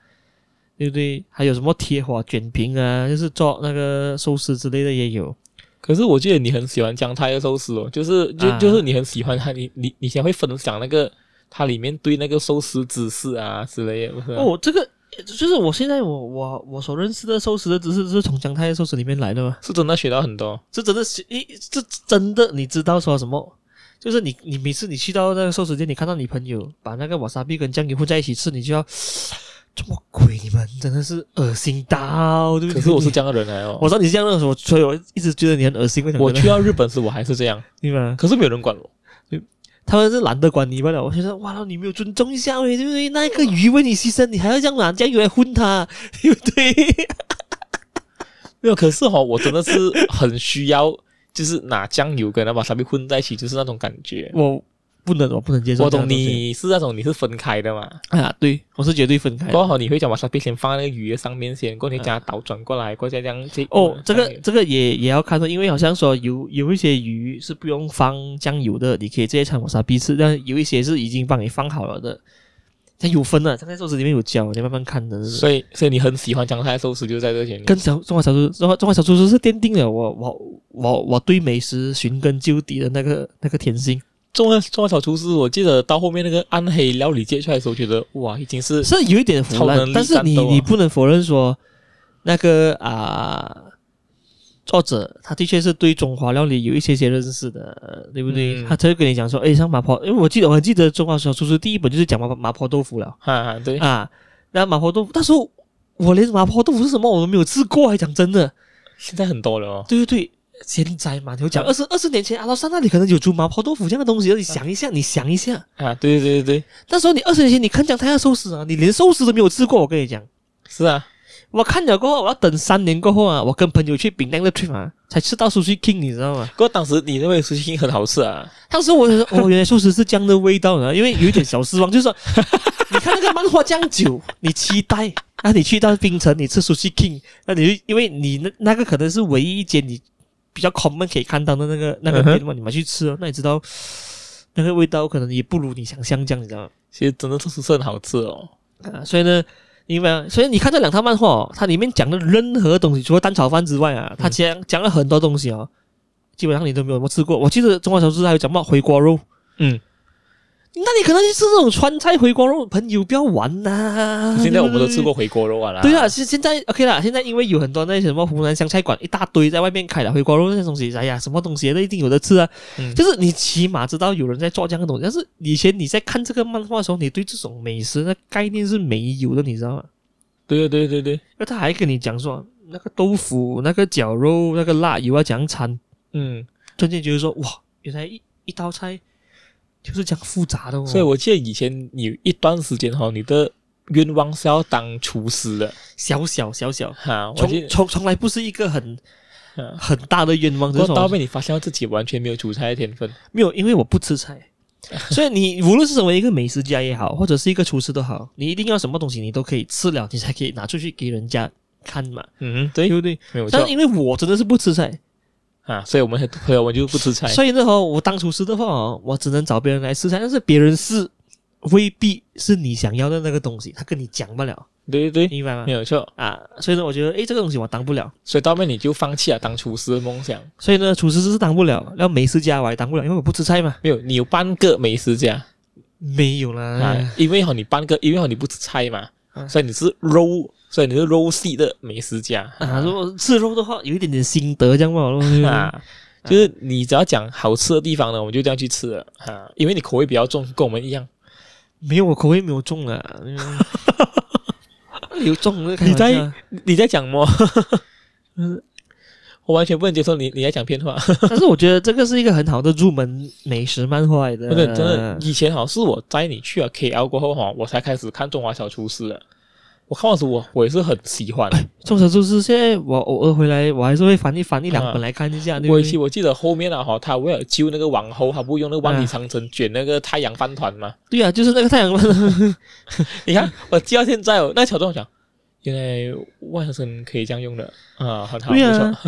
S2: 对不对？还有什么贴花卷饼啊，就是做那个寿司之类的也有。
S1: 可是我记得你很喜欢姜太的寿司哦，就是就、
S2: 啊
S1: 就是你很喜欢它，你你你先会分享那个它里面对那个寿司知识啊之类的，不是吗？
S2: 哦，这个就是我现在我我我所认识的寿司的知识是从姜太寿司里面来的嘛。
S1: 是真的学到很 多。
S2: 这真的是，一这真的，你知道说什么？就是你，你每次你去到那个寿司店，你看到你朋友把那个瓦萨比跟酱油混在一起吃，你就要，这么鬼你们真的是恶心到，对不
S1: 可
S2: 对？
S1: 是我是这样的人来哦，
S2: 我知道你是这样的时候，所以我一直觉得你很恶心。为什么
S1: 我
S2: 呢
S1: 去，到日本时我还是这样，
S2: 对吧？
S1: 可是没有人管我。
S2: 他们是懒得管你罢了。我觉得，哇，你没有尊重一下喂，对不对？那个鱼为你牺牲，你还要这样拿酱油来混它， 对不对？
S1: 没有，可是哈、哦，我真的是很需要，就是拿酱油跟那把沙比混在一起，就是那种感觉。
S2: 我不能，我不能接受
S1: 我
S2: 这
S1: 懂
S2: 样的东西。
S1: 你是那种你是分开的嘛，
S2: 啊，对，我是绝对分开的。
S1: 过后你会讲把沙比先放在那个鱼的上面先，过后你将它倒转过来，过后再这样这
S2: 哦，这个
S1: 酱嗯油
S2: 这个也也要看的，因为好像说有有一些鱼是不用放酱油的，你可以直接掺瓦萨比吃，但有一些是已经帮你放好了的，它有分的，它在寿司里面有教，你慢慢看的。
S1: 所以所以你很喜欢江菜寿司，就是在这个原因。
S2: 跟小中华小厨中华中华小厨师是奠定了我我我我对美食寻根究底的那个那个甜心，
S1: 中华中华小厨师，我记得到后面那个暗黑料理界出来的时候，觉得哇，已经是
S2: 是有一点
S1: 超
S2: 腐
S1: 能
S2: 烂
S1: 力，
S2: 但是你
S1: 战斗啊
S2: 你不能否认说那个啊。作者他的确是对中华料理有一些些认识的，对不对？
S1: 嗯
S2: 他才会跟你讲说，哎，像麻婆，因为我记得我还记得中华小厨师第一本就是讲麻婆麻婆豆腐了 啊
S1: 哈哈对，
S2: 啊。那麻婆豆腐那时候我连麻婆豆腐是什么我都没有吃过，还讲真的。
S1: 现在很多了哦。
S2: 对对对，现在嘛，你就讲二十二十年前阿拉善那里可能有煮麻婆豆腐这样的东西，你想一下，你想一下，
S1: 啊，对对对对，
S2: 那时候你二十年前你看讲太阳寿司啊，你连寿司都没有吃过，我跟你讲。
S1: 是啊，
S2: 我看了过后，我要等三年过后啊，我跟朋友去饼干的 trip 啊，才吃到 sushi king，你知道吗？
S1: 不过当时你认为苏西很好吃啊，
S2: 当时我就说，哦，原来寿司是这样的味道呢，因为有一点小失望， 就是说，你看那个漫画这样久，你期待，那你去到冰城，你吃 sushi king，那你就因为你那那个可能是唯一一间你比较 common 可以看到的那个那个
S1: 嗯哼
S2: 店嘛，你们去吃、哦，那你知道那个味道可能也不如你想象这样，你知道吗？
S1: 其实真的寿司是很好吃哦。
S2: 啊，所以呢，明白吗？所以你看这两套漫画、哦，它里面讲的任何东西，除了蛋炒饭之外
S1: 嗯
S2: 啊，它讲讲了很多东西哦，基本上你都没有吃过。我记得中华小吃还有讲到回锅肉，
S1: 嗯，
S2: 那你可能去吃这种川菜回锅肉，朋友不要玩呐、
S1: 现在我们都
S2: 对不对
S1: 吃过。回锅肉嗯啊啦。
S2: 对啊，现现在 OK 啦，现在因为有很多那些什么湖南湘菜馆一大堆在外面开的回锅肉那些东西，哎呀，什么东西都一定有的吃啊。
S1: 嗯
S2: 就是你起码知道有人在做这样的东西，但是以前你在看这个漫画的时候，你对这种美食的概念是没有的，你知道吗？
S1: 对对对对对，
S2: 那他还跟你讲说，那个豆腐、那个绞肉、那个辣油啊要怎样掺，
S1: 嗯，
S2: 瞬间觉得说，哇，原来一一道菜就是这样复杂的哦。
S1: 所以我记得以前你一段时间哈、哦，你的愿望是要当厨师的
S2: 小小小小，
S1: 哈、我记
S2: 从
S1: 得。
S2: 从从来不是一 个很
S1: 嗯
S2: 很大的愿望，
S1: 不
S2: 这
S1: 过
S2: 种
S1: 到后面你发现到自己完全没有煮菜的天分，
S2: 没有，因为我不 吃菜。所以你无论是成为一个美食家也好，或者是一个厨师都好，你一定要什么东西你都可以吃了，你才可以拿出去给人家看嘛，
S1: 嗯，
S2: 对
S1: 对，
S2: 不对？
S1: 没有错
S2: 但是因为我真的是不吃菜，
S1: 啊，所以我们很，所以我们就不吃菜，
S2: 所以呢，哦，我当厨师的话哦，我只能找别人来试菜，但是别人试未必是你想要的那个东西，他跟你讲不了，
S1: 对对对，
S2: 明白吗
S1: 没？有错，
S2: 啊，所以呢，我觉得诶，这个东西我当不了，
S1: 所以到后面你就放弃了当厨师的梦想，
S2: 所以呢，厨师是当不了，然后美食家我也当不了，因为我不吃菜嘛。
S1: 没有，你有半个美食家
S2: 没有啦，
S1: 啊，因为哈你半个，因为哈你不吃菜嘛
S2: 啊，
S1: 所以你是肉，所以你是肉系的美食家
S2: 啊，如果吃肉的话，有一点点心得这样嘛，啊，
S1: 啊，就是你只要讲好吃的地方呢，我们就这样去吃了啊，因为你口味比较重，跟我们一样，
S2: 没有，我口味没有重啊，嗯 有重我就开
S1: 你
S2: 玩笑
S1: 在你在讲么？ 我完全不能接受你你在讲骗话。
S2: 但是我觉得这个是一个很好的入门美食漫画来的，
S1: 真的真的，
S2: 嗯
S1: 以前哈是我载你去了 KL 过后哈，我才开始看《中华小厨师》的。我看完时我我也是很喜欢，
S2: 众所周知，现在我偶尔回来，我还是会翻一翻一两
S1: 啊
S2: 本来看一下，对
S1: 我
S2: 不
S1: 记
S2: 对？
S1: 我记得后面啊哈，他为了救那个王后，他不用那个万里
S2: 啊
S1: 长城卷那个太阳饭团 嘛？
S2: 对啊，就是那个太阳 饭，
S1: 你看我记到现在哦，那桥段我想，原来万长城可以这样用的啊，很好，不
S2: 对
S1: 错
S2: 啊，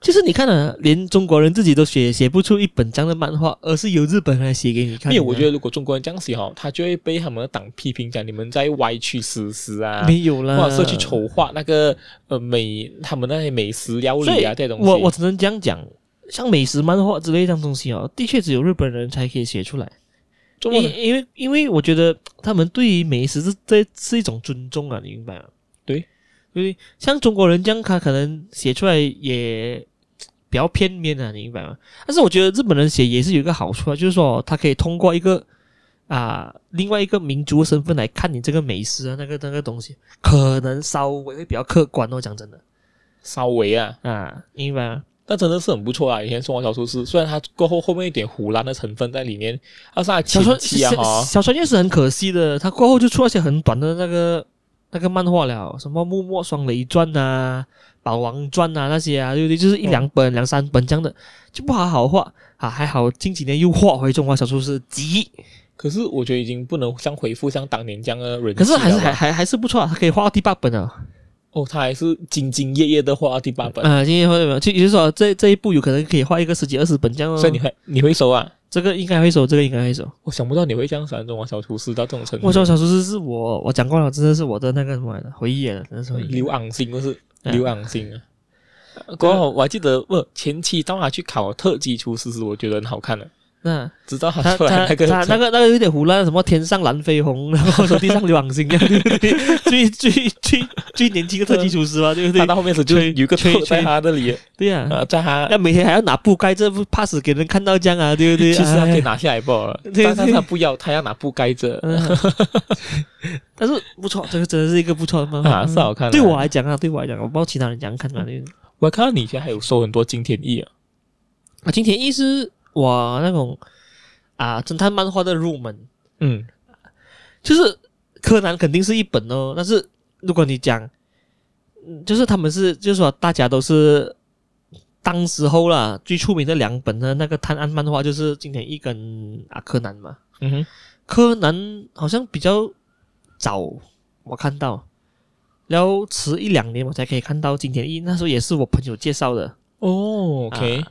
S2: 就是你看啊，连中国人自己都写写不出一本这样的漫画，而是由日本人来写给你看。啊
S1: 因为我觉
S2: 得
S1: 得如果中国人这样写哈，他就会被他们的党批评讲你们在歪曲事实啊，
S2: 没有啦，
S1: 或者是去丑化那个呃美他们那些美食料
S2: 所
S1: 理
S2: 以
S1: 啊这些东西。
S2: 我我只能这样讲，像美食漫画之类这样东西哦，的确只有日本人才可以写出来。
S1: 中国人
S2: 因因为因为我觉得他们对于美食是这是一种尊重啊，你明白吗？
S1: 对，
S2: 因为像中国人这样，他可能写出来也呃比较片面啊，你明白吗？但是我觉得日本人写也是有一个好处啊，就是说他可以通过一个啊、另外一个民族的身份来看你这个美食啊，那个那个东西，可能稍微会比较客观哦。讲真的
S1: 稍微啊，
S2: 啊，明白吗？
S1: 但真的是很不错啊！以前《中华小厨师》虽然它过后后面一点胡乱的成分在里面，但是它
S2: 小
S1: 前
S2: 川
S1: 期啊
S2: 小
S1: 哈，
S2: 小川也是很可惜的，他过后就出了一些很短的那个那个漫画了，什么《幕末双雷传》啊、《宝王传》啊那些啊，对不对？就是一
S1: 嗯
S2: 两本、两三本这样的，就不好好画啊。还好近几年又画回《中华小厨师集
S1: 可是我觉得已经不能像回复像当年这样的人》，气
S2: 可是还是
S1: 了吧
S2: 还还还是不错啊，他可以画到第八本啊。
S1: 哦，他还是兢兢业业的画到第八本，
S2: 啊，今天画没有？就也就是说这这一部有可能可以画一个十几二十本这样哦。
S1: 所以你会你会收啊？
S2: 这个应该会收，这个应该会收。
S1: 我想不到你会这样喜欢《中华小厨师》到这种程度
S2: 我，说小厨师是我我讲过了，真的是我的那个什么来的回忆来的，真的是回忆。
S1: 刘昂星就是
S2: 嗯
S1: 刘昂星啊。过后我还记得，不前期当他去考特级厨师时，我觉得很好看的，
S2: 那
S1: 直到他
S2: 他
S1: 出来
S2: 他
S1: 哦那个
S2: 他那个那个有点胡乱，什么天上蓝飞鸿， 然后说地上流网星， 这样对不对？最最最最年轻的特级厨师嘛，对不
S1: 他
S2: 对？
S1: 到后面时就有
S2: 吹
S1: 一个
S2: 吹
S1: 特在
S2: 吹嗯
S1: 他那里，
S2: 对呀、
S1: 呃，在他
S2: 那每天还要拿布盖着，不怕死给人看到这样啊，对不对？
S1: 其实他可以
S2: 哎
S1: 拿下来不好了，
S2: 对嗯
S1: 但但是
S2: 对
S1: 他不要，他要拿布盖着。
S2: 嗯但是不错，这个真的是一个不错的漫画，
S1: 啊，是好看的。
S2: 嗯对我来讲啊，对我来讲，我不知道其他人怎样看嘛。就是
S1: 我看到你以前还有收很多金田一啊，
S2: 啊，金田一是我那种啊侦探漫画的入门，
S1: 嗯，
S2: 就是柯南肯定是一本哦，但是如果你讲，嗯，就是他们是就是说大家都是当时候啦最出名的两本的那个探案漫画就是金田一跟啊柯南嘛，
S1: 嗯哼，
S2: 柯南好像比较早我看到，然后迟一两年我才可以看到金田一，那时候也是我朋友介绍的，
S1: 哦，OK，、
S2: 啊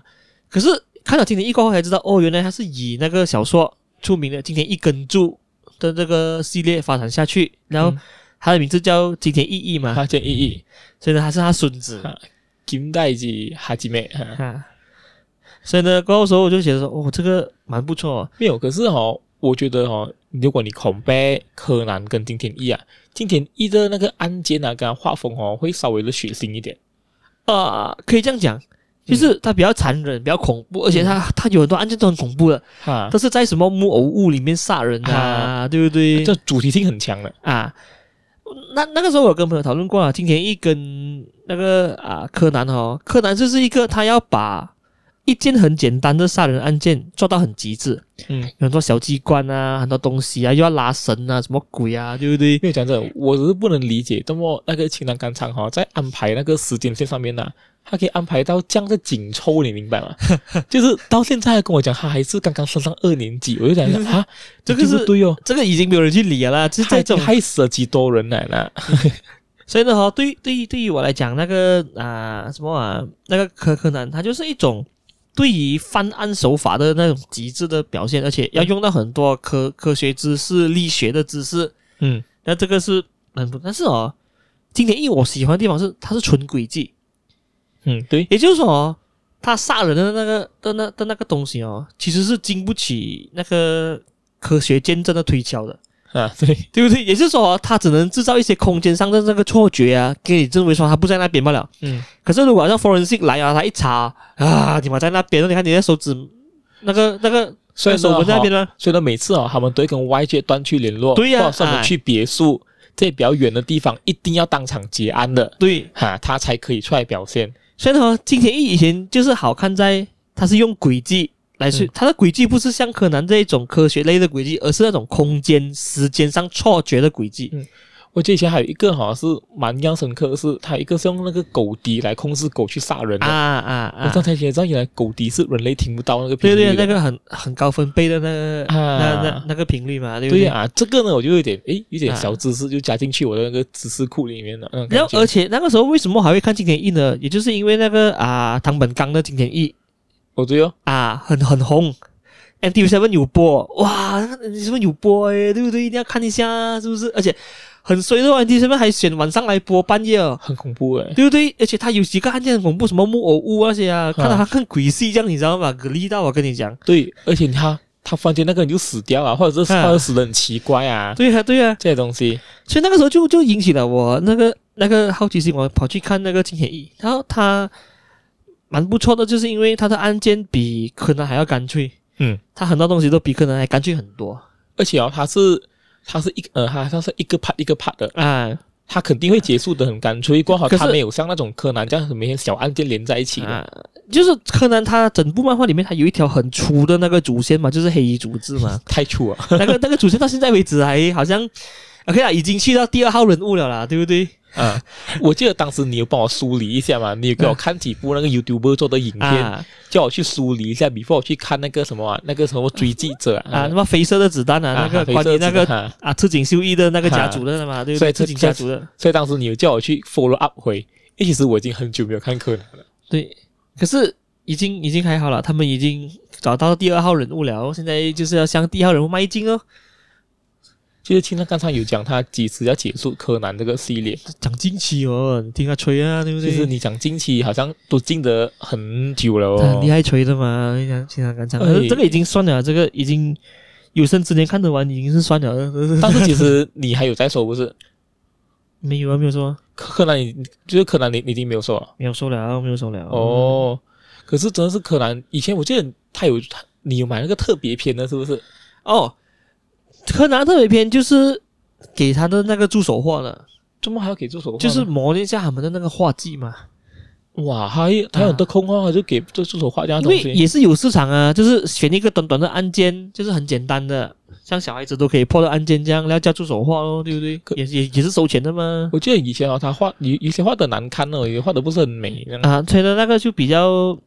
S2: 可是看了金田一过后才知道，哦，原来他是以那个小说出名的金田一根柱的这个系列发展下去，然后
S1: 嗯
S2: 他的名字叫金田一一嘛，
S1: 他见意义，
S2: 所以呢他是他孙子
S1: 啊金代吉哈基妹，啊
S2: 啊。所以呢，过后时候我就觉得说，哦，这个蛮不错、哦，
S1: 没有，可是哦，我觉得哦，如果你 compare 柯南跟金田一啊，金田一的那个案件啊，跟他画风哦，会稍微的血腥一点。
S2: 啊、可以这样讲，就是它比较残忍，比较恐怖，而且它它有很多案件都很恐怖的，
S1: 哈，
S2: 都是在什么木偶屋里面杀人嗯啊，对不对？
S1: 这主题性很强的。
S2: 啊，那那个时候我跟朋友讨论过了，金田一跟那个啊柯南哦，柯南就是一个他要把一件很简单的杀人案件做到很极致，
S1: 嗯，
S2: 有很多小机关啊，很多东西啊，又要拉绳啊，什么鬼啊，对不对？
S1: 没有讲真的，我只是不能理解，这么呃那个青南钢厂哈，在安排那个时间线上面呢、他可以安排到这样的紧凑，你明白 吗？就是到现在还跟我讲，他还是刚刚升上二年级，我就 讲啊，
S2: 这个是
S1: 你对不对哦，
S2: 这个已经没有人去理了啦，就是在
S1: 害
S2: 这种，
S1: 害死了几多人来了。
S2: 所以呢、哦，对对于对于我来讲，那个啊什么啊，那个柯柯南，他就是一种。对于犯案手法的那种极致的表现，而且要用到很多科科学知识、力学的知识，
S1: 嗯，
S2: 那这个是很不，但是哦，金田一我喜欢的地方是它是纯轨迹，
S1: 嗯，对，
S2: 也就是说、哦，他杀人的那个的那的那个东西哦，其实是经不起那个科学见证的推敲的，
S1: 啊，对，
S2: 对不对？也就是说、哦，他只能制造一些空间上的那个错觉啊，给你认为说他不在那边罢了。
S1: 嗯，
S2: 可是如果让 forensic 来啊，他一查啊，你妈在那边，你看你的手指那个那个
S1: 虽然
S2: 手
S1: 说
S2: 纹在那
S1: 哈
S2: 边呢，
S1: 所以呢，每次哦，他们都会跟外界断去联络，
S2: 对呀
S1: 或者是我们
S2: 哎
S1: 去别墅这比较远的地方，一定要当场结案的，
S2: 对，
S1: 哈，他才可以出来表现。
S2: 所以呢，金田一以前就是好看在它是用轨迹来去，
S1: 嗯
S2: 它的轨迹不是像柯南这一种科学类的轨迹，而是那种空间、时间上错觉的轨迹。
S1: 我记得以前还有一个好像是蛮印象深刻的是，他有一个是用那个狗笛来控制狗去杀人的。
S2: 啊啊
S1: 嗯我
S2: 啊
S1: 刚！才才知道，原来狗笛是人类听不到那个频
S2: 对
S1: 率
S2: 对，
S1: 的
S2: 那个很很高分贝的那个、那那
S1: 啊，
S2: 那个频率嘛，对不
S1: 对
S2: 对？
S1: 啊，这个呢，我就有点诶，有点
S2: 啊
S1: 小知识就加进去我的那个知识库里面了。那种感
S2: 然后，
S1: 觉
S2: 而且那个时候为什么还会看金田一呢？也就是因为那个啊，唐本刚的金田一
S1: 哦对哦，
S2: 啊，很很红。NTV Seven 有播，哇，你什么有播诶、对不对？一定要看一下啊，是不是？而且很衰的哦，NTV Seven 还选晚上来播，半夜哦，
S1: 很恐怖诶。
S2: 对不对？而且他有几个案件很恐怖，什么木偶屋那些啊，看到他看鬼戏这样，你知道吗？可力到我跟你讲，
S1: 对，而且他他发现那个人就死掉啊，或者是
S2: 啊
S1: 或者死的很奇怪啊，
S2: 对呀、对呀、
S1: 这些东西。
S2: 所以那个时候就就引起了我那个那个好奇心，我跑去看那个金田一，然后他蛮不错的，就是因为他的案件比柯南还要干脆，
S1: 嗯，
S2: 他很多东西都比柯南还干脆很多
S1: 而且哦，它是它是一个呃，它它是一个 part 一个 part 的，
S2: 啊
S1: 它肯定会结束的很干脆。过好
S2: 可是
S1: 它没有像那种柯南这样子每天小案件连在一起的。
S2: 啊。就是柯南，他整部漫画里面，他有一条很粗的那个主线嘛，就是黑衣组织 嘛。
S1: 太啊粗了，
S2: 那个那个主线到现在为止还好像，OK 啦，已经去到第二号人物了啦，对不对？
S1: 啊！ 我记得当时你有帮我梳理一下嘛，你有给我看几部那个 YouTuber 做的影片，
S2: 嗯啊
S1: 叫我去梳理一下，before 我去看那个什么、啊、那个什么追记者
S2: 啊，
S1: 啊，
S2: 那么绯色的子弹啊，
S1: 啊
S2: 那个
S1: 黑
S2: 关
S1: 色
S2: 于那
S1: 子
S2: 个
S1: 弹啊
S2: 啊赤井秀一的那个家族的嘛，对不
S1: 所以
S2: 对？
S1: 这
S2: 赤井家族的
S1: 所以当时你有叫我去 follow up 回，因为其实我已经很久没有看柯南了。
S2: 对，可是已经已经还好了，他们已经找到第二号人物了，哦现在就是要向第一号人物迈进哦。
S1: 就是青山刚才有讲他几时要结束柯南这个系列，
S2: 讲近期哦，你听他吹啊，对不
S1: 其
S2: 对？
S1: 实你讲近期好像都进得很久了哦，
S2: 他很厉害吹的嘛，你讲经常敢讲，
S1: 哎
S2: 可是这个已经算了，这个已经有生之年看得完已经是算了，
S1: 但是其实你还有在说不是？
S2: 没有啊，没有说，
S1: 柯柯南你就是柯南你，你已经没有说了
S2: 没有收了，没有收了。
S1: 哦。可是真的是柯南，以前我记得他有他你有买那个特别篇的，是不是？
S2: 哦，柯南特别篇就是给他的那个助手画的，
S1: 怎么还要给助手画呢？
S2: 就是磨练一下他们的那个画技嘛。
S1: 哇，他他有得空哦，他就给这助手画这样
S2: 因
S1: 的东
S2: 为
S1: 西。
S2: 也是有市场啊，就是选一个短短的按键，就是很简单的，像小孩子都可以破的按键这样，然后叫助手画咯，对不对
S1: 可？
S2: 也也也是收钱的嘛。
S1: 我记得以前哦，他画有有些画的难看哦，有些画的不是很美。这样
S2: 啊，吹的那个就比较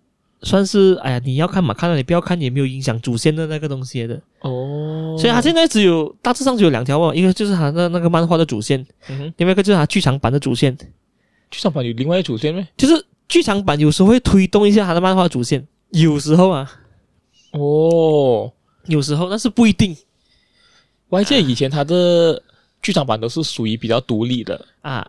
S2: 算是，哎呀，你要看嘛，看了你不要看也没有影响主线的那个东西的。
S1: 哦，
S2: 所以他现在只有大致上只有两条嘛，哦一个就是他的那个漫画的主线，
S1: 嗯哼，
S2: 另外一个就是他剧场版的主线，
S1: 剧场版有另外一主线咩？
S2: 就是剧场版有时候会推动一下他的漫画主线，有时候啊，
S1: 哦，
S2: 有时候但是不一定
S1: 我还记得以前他的剧场版都是属于比较独立的，
S2: 啊，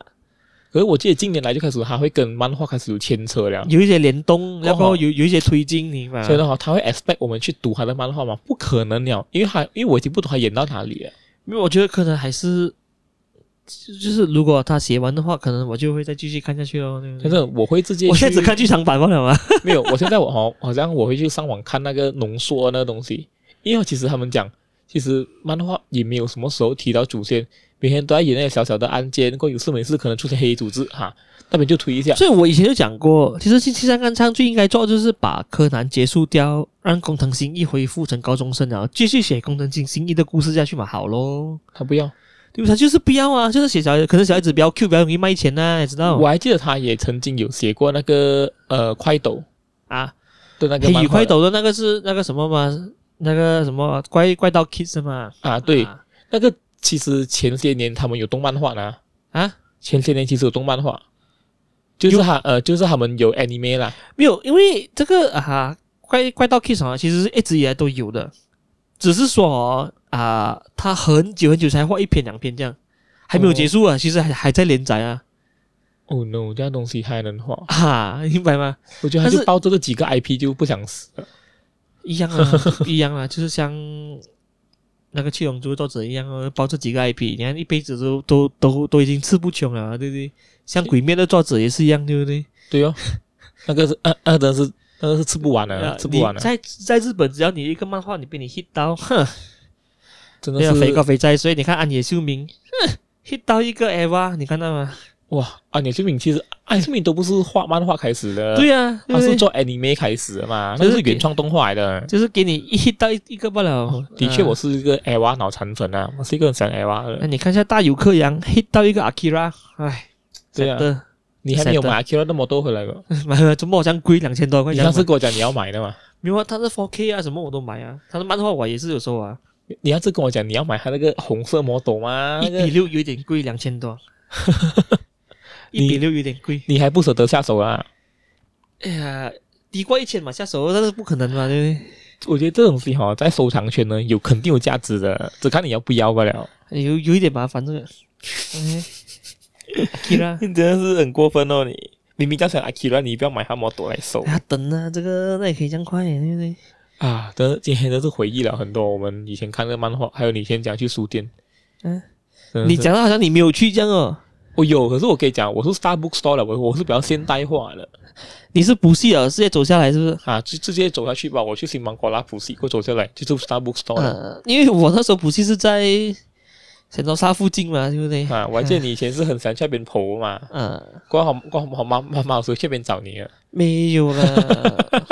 S1: 可是我记得近年来就开始他会跟漫画开始有牵扯了。
S2: 有一些联动，然
S1: 刚好
S2: 后有有一些推进，你明白
S1: 啊
S2: 吗
S1: 所以的话，他会 expect 我们去读他的漫画吗？不可能了，因为他因为我已经不懂他演到哪里了。
S2: 因为我觉得可能还是。就就是如果他写完的话，可能我就会再继续看下去咯。对不
S1: 但
S2: 对
S1: 是我会直接
S2: 嗯我现在
S1: 去
S2: 只看剧场版罢了嘛。
S1: 没有，我现在我好好像我会去上网看那个浓缩那个东西，因为其实他们讲，其实漫画也没有什么时候提到主线，每天都在演那些小小的案件，过有事没事可能出现黑衣组织哈，那边就推一 下。
S2: 所以我以前就讲过，其实星期三看唱最应该做的就是把柯南结束掉，让工藤新一恢复成高中生，然后继续写工藤新新一的故事下去嘛，好咯。
S1: 他不要，
S2: 对不？他就是不要啊，就是写小孩，可能小孩子比较 Q，比较容易卖钱呐、你知道
S1: 我还记得他也曾经有写过那个呃快斗
S2: 啊？
S1: 的嗯那个
S2: 黑
S1: 漫
S2: 羽
S1: 画
S2: 快
S1: 的
S2: 斗的那个是那个什么嘛？那个什么怪怪盗 Kids 嘛？
S1: 啊，对，
S2: 啊
S1: 那个其实前些年他们有动漫画呢，
S2: 啊
S1: 前些年其实有动漫画，就是他呃就是他们有 anime 啦，
S2: 没有，因为这个啊，怪怪盗 Kids 啊，其实是一直以来都有的，只是说哦啊，他很久很久才画一篇两篇这样，还没有结束啊，其实还还在连载啊，
S1: 哦 no，这样东西还能画，
S2: 啊，明白吗？
S1: 我觉得他
S2: 但是
S1: 就抱着这几个 IP 就不想死了。
S2: 一样啊，一样啊，就是像那个七龙珠作者一样哦，包这几个 IP，你看一辈子都都都都已经吃不穷了啊，对不对？像鬼灭的作者也是一样，对不对？
S1: 对 哦，那个是，呃呃，真的是，那个是吃不完的，
S2: 啊
S1: 呃吃不完
S2: 你
S1: 的，
S2: 在在日本，只要你一个漫画你被你 hit 到，哼。
S1: 真的
S2: 没有
S1: 是
S2: 肥膏肥哉，所以你看安野秀明 hit 到一个 Eva，你看到吗？
S1: 哇！啊，鸟秀敏其实安野秀敏都不是画漫画开始的，
S2: 对呀、啊，对
S1: 他
S2: 不对
S1: 是做 anime 开始的嘛，
S2: 就
S1: 那
S2: 是
S1: 是原创动画来的。 哦
S2: 就是给你一 hit 到一一个不了。
S1: 的确，
S2: 啊
S1: 我是一个 EVA 脑残粉啊，我是一个很喜欢 EVA
S2: 那
S1: 的。
S2: 你看一下大友克洋 hit 到一个 Akira，哎，
S1: 对啊
S2: 真的，
S1: 你还没有
S2: sad
S1: 买 Akira 那么多回来过？
S2: 买了怎么好像贵两千多块
S1: 你
S2: 钱
S1: 上
S2: 买？
S1: 次跟我讲你要买的嘛？
S2: 没有啊，他是 4K 啊，什么我都买啊。他的漫画我也是有收啊，
S1: 你你上次跟我讲你要买他那个红色魔斗嘛？
S2: 一
S1: 那
S2: 比
S1: 个
S2: 六有点贵，两千 多，
S1: 你
S2: 一比六有点贵。
S1: 你还不舍得下手啊？
S2: 哎呀，低过一千嘛下手，但是不可能嘛，对不对？
S1: 我觉得这种东西哈，在收藏圈呢有肯定有价值的，只看你要不要罢了。
S2: 有有一点麻烦 这个。嗯 Akira。
S1: 你真的是很过分哦！你明明叫成 Akira，你不要买他摩托来收
S2: 哎呀，等啊，这个那也可以这样快，对不对？
S1: 啊！真的，今天真是回忆了很多我们以前看的漫画，还有你以前讲去书店，
S2: 嗯
S1: 真的是，
S2: 你讲的好像你没有去这样哦，
S1: 我有，可是我跟你讲，我是 Starbucks store 了，我我是比较现代化的
S2: 你是不是啊？直接走下来是不是？
S1: 啊，就直接走下去吧，我去新芒果拉普西，我走下来就是 Starbucks store 了。
S2: 呃，因为我那时候补习是在神州沙附近嘛，对不对？
S1: 啊，我还记得你以前是很喜欢去那边蒲嘛，
S2: 呃，
S1: 刚好刚好妈妈妈有时候去那边找你了。
S2: 没有 啦，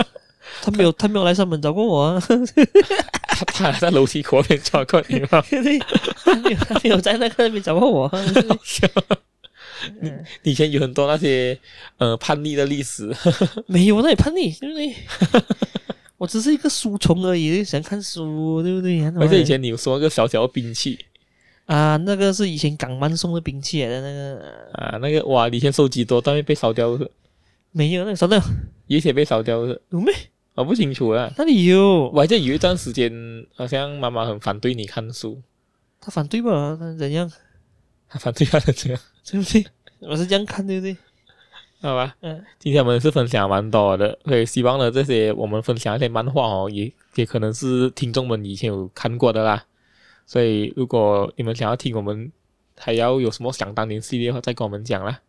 S2: 他没有，他没有来上门找过我 啊，
S1: 她她还在楼梯口那边找过你吗？
S2: 对不对？他没有，他没有在那个那边找过我啊，对 不对
S1: 你以前有很多那些呃叛逆的历史，
S2: 没有，那也叛逆，对不对？ 我只是一个书虫而已，想看书，对不对？
S1: 而且以前你有说那个小小的兵器，
S2: 啊，那个是以前港漫送的兵器来的那个，
S1: 啊，那个哇，你以前收集多，但是被烧掉是，
S2: 没有那个，真的
S1: 以前被烧掉是，
S2: 有没？
S1: 我不清楚啊。
S2: 那里有？
S1: 我还记得有一段时间，好像妈妈很反对你看书，
S2: 他反对吧？他怎样？
S1: 她反对她的这样，
S2: 对不对？我是这样看，对不对？
S1: 好吧。
S2: 嗯，
S1: 今天我们是分享蛮多的，所以希望呢这些我们分享一些漫画哦，也也可能是听众们以前有看过的啦。所以如果你们想要听我们还要有什么想当年系列的话，再跟我们讲啦。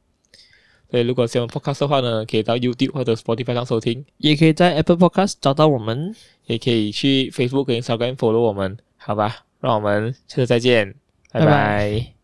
S1: 所以如果喜欢 podcast 的话呢，可以到 YouTube 或者 Spotify 上收听。
S2: 也可以在 Apple Podcast 找到我们。
S1: 也可以去 Facebook 跟 Instagram follow 我们，好吧？让我们下次再见，拜
S2: 拜
S1: 拜